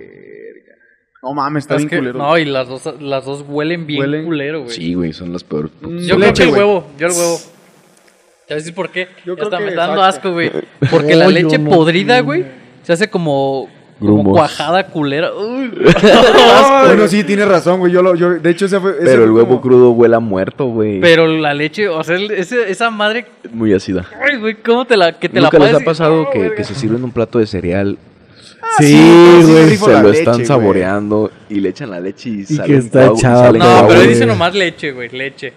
Speaker 3: No mames, está
Speaker 4: Es
Speaker 3: bien
Speaker 4: que-
Speaker 3: culero.
Speaker 4: no, y las dos, las dos huelen bien
Speaker 3: Huelen-
Speaker 4: culero, güey.
Speaker 1: Sí, güey, son las peores. putas.
Speaker 4: Yo
Speaker 3: Leche,
Speaker 4: creo que el
Speaker 3: güey.
Speaker 4: huevo, yo el huevo. ¿Te voy a decir por qué?
Speaker 3: Yo
Speaker 4: ya
Speaker 3: creo
Speaker 4: está,
Speaker 3: que
Speaker 4: me está dando
Speaker 3: saca.
Speaker 4: asco, güey. Porque la
Speaker 2: No, yo
Speaker 4: leche
Speaker 2: no.
Speaker 4: podrida, güey, se hace como, como
Speaker 1: Grumos.
Speaker 4: cuajada culera. Uy,
Speaker 3: Ah, bueno, sí, tienes razón, güey. Yo lo, yo, de hecho, ese fue. ese
Speaker 1: Pero
Speaker 3: fue
Speaker 1: el huevo
Speaker 3: como-
Speaker 1: crudo huele a muerto, güey.
Speaker 4: pero la leche, o sea, el- ese- esa madre,
Speaker 1: Muy ácida.
Speaker 4: ay, güey, ¿cómo te la, que te
Speaker 1: ¿Nunca
Speaker 4: la
Speaker 1: les ha
Speaker 4: pases?
Speaker 1: pasado
Speaker 4: No,
Speaker 1: que,
Speaker 4: verga.
Speaker 1: que se sirven un plato de cereal,
Speaker 3: Ah,
Speaker 2: Sí,
Speaker 3: sí, sí,
Speaker 2: güey.
Speaker 3: sí,
Speaker 1: se
Speaker 3: la
Speaker 1: lo
Speaker 3: leche,
Speaker 1: están
Speaker 3: güey.
Speaker 1: saboreando y le echan la leche y,
Speaker 2: que
Speaker 1: sale un
Speaker 2: está
Speaker 1: coagul-
Speaker 2: echada
Speaker 1: sale
Speaker 2: a
Speaker 4: No,
Speaker 2: la
Speaker 1: coagul.
Speaker 4: pero
Speaker 2: güey.
Speaker 4: dice nomás leche, güey, leche.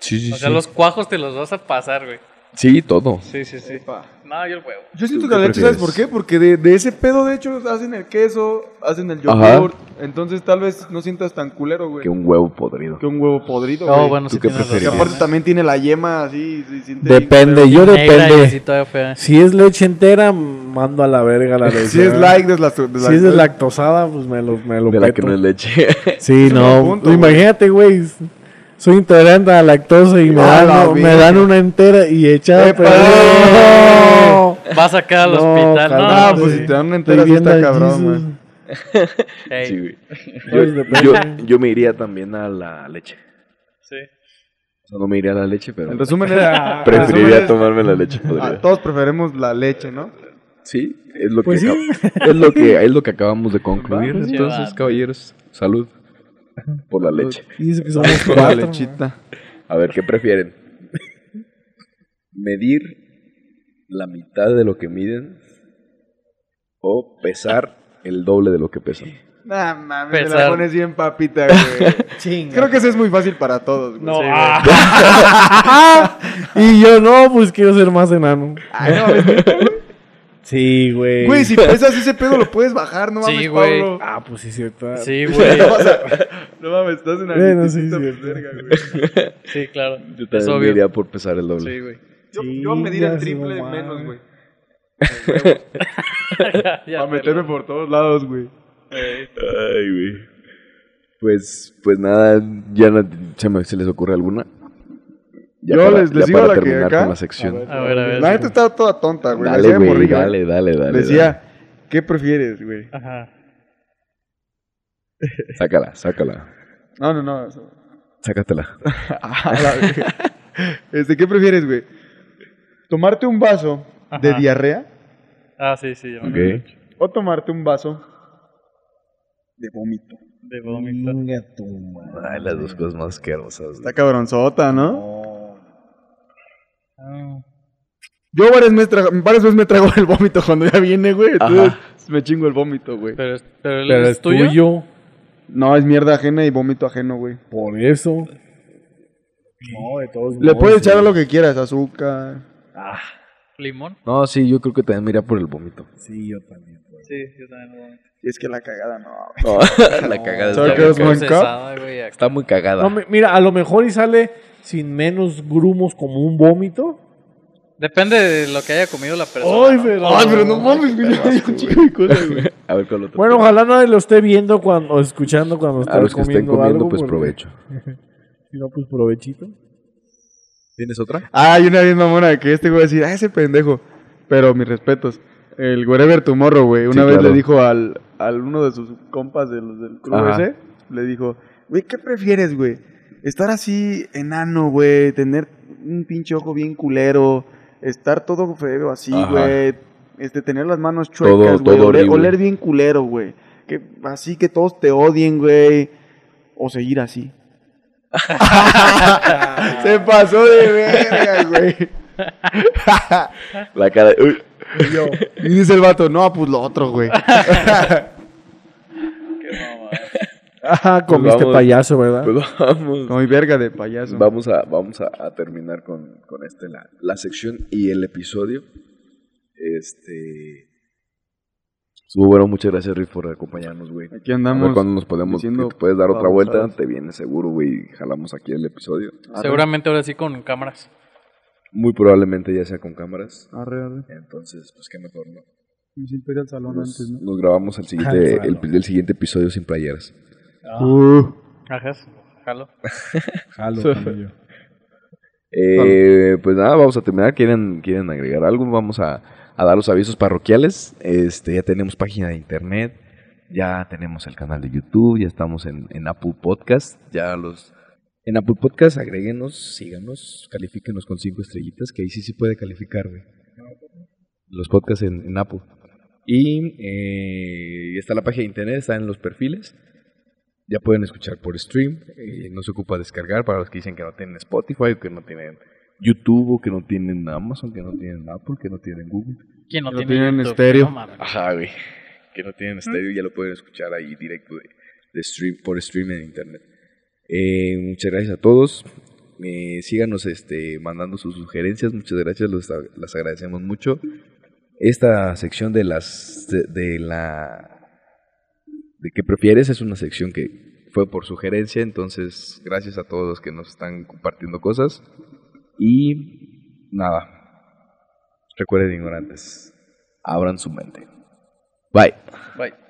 Speaker 1: Sí, sí,
Speaker 4: O sea,
Speaker 1: sí.
Speaker 4: los cuajos te los vas a pasar, güey.
Speaker 1: Sí, todo.
Speaker 4: Sí, sí, sí.
Speaker 3: Epa.
Speaker 4: No, yo el huevo.
Speaker 3: Yo siento
Speaker 1: ¿Tú
Speaker 3: que la
Speaker 1: qué
Speaker 3: leche, ¿sabes
Speaker 1: prefieres?
Speaker 3: por qué? Porque de, de ese pedo, de hecho, hacen el queso, hacen el
Speaker 1: Ajá.
Speaker 3: yogur. Entonces, tal vez no sientas tan culero, güey.
Speaker 1: Que un huevo podrido.
Speaker 3: Que un huevo podrido,
Speaker 4: No,
Speaker 3: güey.
Speaker 4: bueno,
Speaker 1: ¿tú
Speaker 4: sí
Speaker 1: qué
Speaker 4: tienes
Speaker 3: Que
Speaker 1: preferirías?
Speaker 4: razón.
Speaker 3: aparte también tiene la yema así. se siente bien
Speaker 2: Depende,
Speaker 3: culero.
Speaker 2: yo
Speaker 4: Negra y así
Speaker 2: depende.
Speaker 4: toda fea.
Speaker 2: Si es leche entera, mando a la verga la leche.
Speaker 3: Si es pues,
Speaker 2: ¿verdad?
Speaker 3: like, desla- desla-
Speaker 2: Si es deslactosada, pues me lo, me lo
Speaker 1: De la
Speaker 2: peto.
Speaker 1: que no es leche.
Speaker 2: Sí,
Speaker 3: Es un
Speaker 2: no.
Speaker 3: buen punto,
Speaker 2: Imagínate, güey. Soy intolerante a la lactosa y me,
Speaker 3: A
Speaker 2: dan,
Speaker 3: la
Speaker 2: me
Speaker 3: verga.
Speaker 2: dan una entera y echada.
Speaker 3: ¡Epa!
Speaker 2: pero-
Speaker 4: Vas acá al
Speaker 2: No,
Speaker 4: hospital. No,
Speaker 2: cabrón,
Speaker 3: Ah,
Speaker 4: no,
Speaker 3: pues
Speaker 2: sí.
Speaker 3: si te dan una entera,
Speaker 2: Estoy
Speaker 3: sí
Speaker 2: viendo
Speaker 3: está
Speaker 2: al
Speaker 3: cabrón,
Speaker 2: Jesus.
Speaker 3: güey.
Speaker 4: Ey,
Speaker 1: Sí, güey. Yo,
Speaker 2: Ay, de
Speaker 1: yo-
Speaker 2: plano.
Speaker 1: yo me iría también a la leche.
Speaker 4: sí.
Speaker 1: O sea, no me iría a la leche, pero
Speaker 3: En resumen, era.
Speaker 1: preferiría
Speaker 3: en resumen,
Speaker 1: tomarme la leche
Speaker 3: ah,
Speaker 1: podrida.
Speaker 3: Todos preferimos la leche, ¿no?
Speaker 1: Sí, es lo,
Speaker 2: Pues
Speaker 1: que
Speaker 2: sí.
Speaker 1: acab- es, lo que, es lo que acabamos de concluir.
Speaker 3: Pues
Speaker 4: Vamos,
Speaker 1: Entonces, pues,
Speaker 4: llevando.
Speaker 1: caballeros, salud por la leche.
Speaker 2: Y eso que somos
Speaker 3: Con la
Speaker 2: cuatro,
Speaker 3: lechita.
Speaker 1: A ver, ¿qué prefieren? ¿Medir la mitad de lo que miden o pesar el doble de lo que pesan?
Speaker 3: Nah, mames, me la
Speaker 4: Pesar.
Speaker 3: pones bien papita, güey.
Speaker 2: Chinga.
Speaker 3: Creo que eso es muy fácil para todos, güey.
Speaker 4: No,
Speaker 3: Sí, güey.
Speaker 4: ah,
Speaker 2: Y yo no, pues quiero ser más enano.
Speaker 3: Ay, no, mames,
Speaker 2: Sí, güey.
Speaker 3: Güey, si pesas ese pedo lo puedes bajar, no
Speaker 4: Sí,
Speaker 3: mames,
Speaker 4: güey.
Speaker 3: Pablo.
Speaker 2: Ah, pues sí, cierto.
Speaker 4: sí, güey.
Speaker 3: No mames, estás en
Speaker 2: Bueno, sí,
Speaker 3: anitita,
Speaker 2: cierto.
Speaker 3: verga, güey.
Speaker 4: Sí, claro.
Speaker 1: Yo
Speaker 4: es
Speaker 1: también me
Speaker 4: obvio.
Speaker 1: iría por pesar el doble.
Speaker 4: Sí, güey.
Speaker 3: Yo,
Speaker 2: Sí,
Speaker 3: yo me diría
Speaker 2: ya
Speaker 3: el
Speaker 2: se
Speaker 3: triple de
Speaker 2: mamaron.
Speaker 3: menos, güey.
Speaker 4: Ya, ya
Speaker 3: Para
Speaker 4: te
Speaker 3: meterme
Speaker 4: lo-
Speaker 3: por todos lados, güey.
Speaker 1: Ay, güey. Pues, pues nada, ya no, se, me- se les ocurre alguna. Ya
Speaker 3: Yo
Speaker 1: para-
Speaker 3: les-
Speaker 1: ya
Speaker 3: les digo
Speaker 1: para
Speaker 3: la que
Speaker 1: terminar
Speaker 3: acá.
Speaker 1: con la sección.
Speaker 4: A ver, a ver.
Speaker 3: La gente estaba toda tonta, güey.
Speaker 1: Dale,
Speaker 3: Decía
Speaker 1: güey,
Speaker 3: morrillo,
Speaker 1: dale, dale, dale.
Speaker 3: Decía, ¿qué prefieres, güey?
Speaker 4: Ajá.
Speaker 1: dale. Sácala, sácala.
Speaker 3: No, no, no. eso-
Speaker 1: Sácatela.
Speaker 3: A la verga. este, ¿qué prefieres, güey? ¿Tomarte un vaso de
Speaker 4: Ajá.
Speaker 3: diarrea
Speaker 4: Ah, sí, sí. ya me acuerdo.
Speaker 1: Ok.
Speaker 3: o tomarte un vaso de vómito?
Speaker 4: De vómito.
Speaker 1: Ay, las dos cosas más asquerosas.
Speaker 3: Está cabronzota, ¿no?
Speaker 4: Ah.
Speaker 3: Yo varias veces, tra- varias veces me trago el vómito cuando ya viene, güey. Entonces
Speaker 1: Ajá.
Speaker 3: me chingo el vómito, güey.
Speaker 4: Pero, es- pero, él
Speaker 2: Pero
Speaker 4: es tuyo.
Speaker 3: No, es mierda ajena y vómito ajeno, güey.
Speaker 2: Por eso. No, de todos
Speaker 3: Le
Speaker 2: modos,
Speaker 3: puedes echar
Speaker 2: güey.
Speaker 3: lo que quieras, azúcar.
Speaker 4: Limón.
Speaker 1: No, sí, yo creo que también me iría por el vómito.
Speaker 2: Sí, yo también. güey.
Speaker 4: Sí, yo también vómito.
Speaker 3: Y es que la cagada no, güey.
Speaker 1: No, la cagada
Speaker 3: ¿Sabes
Speaker 1: está,
Speaker 3: qué
Speaker 1: bien
Speaker 3: es
Speaker 1: cagada.
Speaker 3: buen
Speaker 4: procesada, güey, acá.
Speaker 1: Está muy cagada.
Speaker 2: eh. No, mi- mira, a lo mejor y sale sin menos grumos como un vómito.
Speaker 4: Depende de lo que haya comido la persona.
Speaker 2: Ay,
Speaker 4: ¿no?
Speaker 2: pero.
Speaker 3: Ay, pero no mames, güey. Yo digo un chingo de cosas, güey.
Speaker 1: A ver cuál otro.
Speaker 2: Bueno, ojalá nadie lo esté viendo cuando, o escuchando cuando
Speaker 1: A
Speaker 2: están
Speaker 1: los que estén
Speaker 2: comiendo
Speaker 1: comiendo,
Speaker 2: algo,
Speaker 1: pues
Speaker 2: porque-
Speaker 1: provecho.
Speaker 2: Si no, pues provechito.
Speaker 1: ¿Tienes otra?
Speaker 3: Ah, hay una bien mamona que este güey va a decir, ah, ese pendejo. Pero mis respetos. El Wherever Tomorrow, güey. Una
Speaker 1: Sí,
Speaker 3: vez
Speaker 1: claro.
Speaker 3: le dijo al, al uno de sus compas de los del club
Speaker 1: Ajá.
Speaker 3: ese, le dijo, güey, ¿qué prefieres, güey? Estar así enano, güey, tener un pinche ojo bien culero, estar todo feo así,
Speaker 1: Ajá.
Speaker 3: güey, este, tener las manos
Speaker 1: Todo-
Speaker 3: chuecas, güey,
Speaker 1: todo
Speaker 3: oler,
Speaker 1: horrible.
Speaker 3: oler bien culero, güey. Que, así que todos te odien, güey, o seguir así. Se pasó de verga, güey.
Speaker 1: La cara. de- Uy.
Speaker 3: Y dice el vato, no, pues lo otro, güey.
Speaker 2: Ajá, comiste
Speaker 1: vamos.
Speaker 2: payaso, ¿verdad?
Speaker 1: Pues vamos.
Speaker 3: Como mi verga de payaso.
Speaker 1: Vamos a, vamos a, a terminar con, con este, la, la sección y el episodio. Este. Estuvo bueno, muchas gracias, Riff, por acompañarnos, güey.
Speaker 3: Aquí
Speaker 1: A
Speaker 3: andamos.
Speaker 1: ver cuándo nos podemos.
Speaker 3: diciendo
Speaker 1: que te puedes dar otra vuelta,
Speaker 3: babosadas. Ah,
Speaker 1: te vienes seguro, güey. y Jalamos aquí el episodio.
Speaker 4: Seguramente ahora sí con cámaras.
Speaker 1: Muy probablemente ya sea con cámaras.
Speaker 3: Arre, arre.
Speaker 1: Entonces, pues qué mejor, ¿no?
Speaker 3: Me siento ir al salón
Speaker 1: Nos,
Speaker 3: antes, ¿no?
Speaker 1: nos grabamos el siguiente, el, el siguiente episodio sin playeras.
Speaker 3: Uh.
Speaker 4: Ajá, jalo.
Speaker 2: Jalo, yo.
Speaker 1: Eh, pues nada, vamos a terminar. ¿Quieren, quieren agregar algo? Vamos a, a dar los avisos parroquiales. Este, ya tenemos página de internet, ya tenemos el canal de YouTube, ya estamos en, en Apple Podcast. Ya los en Apple Podcast agréguenos, síganos, califíquenos con cinco estrellitas, que ahí sí se puede calificar, güey. Los podcasts en, en Apple. Y eh, está la página de internet, está en los perfiles. Ya pueden escuchar por stream. eh, no se ocupa descargar para los que dicen que no tienen Spotify, o que no tienen YouTube, o que no tienen Amazon, que no tienen Apple, que no tienen Google.
Speaker 4: ¿Quién no
Speaker 3: Lo
Speaker 4: tiene
Speaker 3: tienen en
Speaker 4: YouTube?
Speaker 3: estéreo.
Speaker 4: No mames.
Speaker 1: Ajá, güey. Que no tienen estéreo, ya lo pueden escuchar ahí directo de, de stream, por stream en internet. Eh, muchas gracias a todos. Eh, síganos este, mandando sus sugerencias. Muchas gracias, los a- las agradecemos mucho. Esta sección de las de, de la de que prefieres es una sección que fue por sugerencia, entonces gracias a todos los que nos están compartiendo cosas y nada. Recuerden ignorantes, abran su mente. Bye.
Speaker 4: Bye.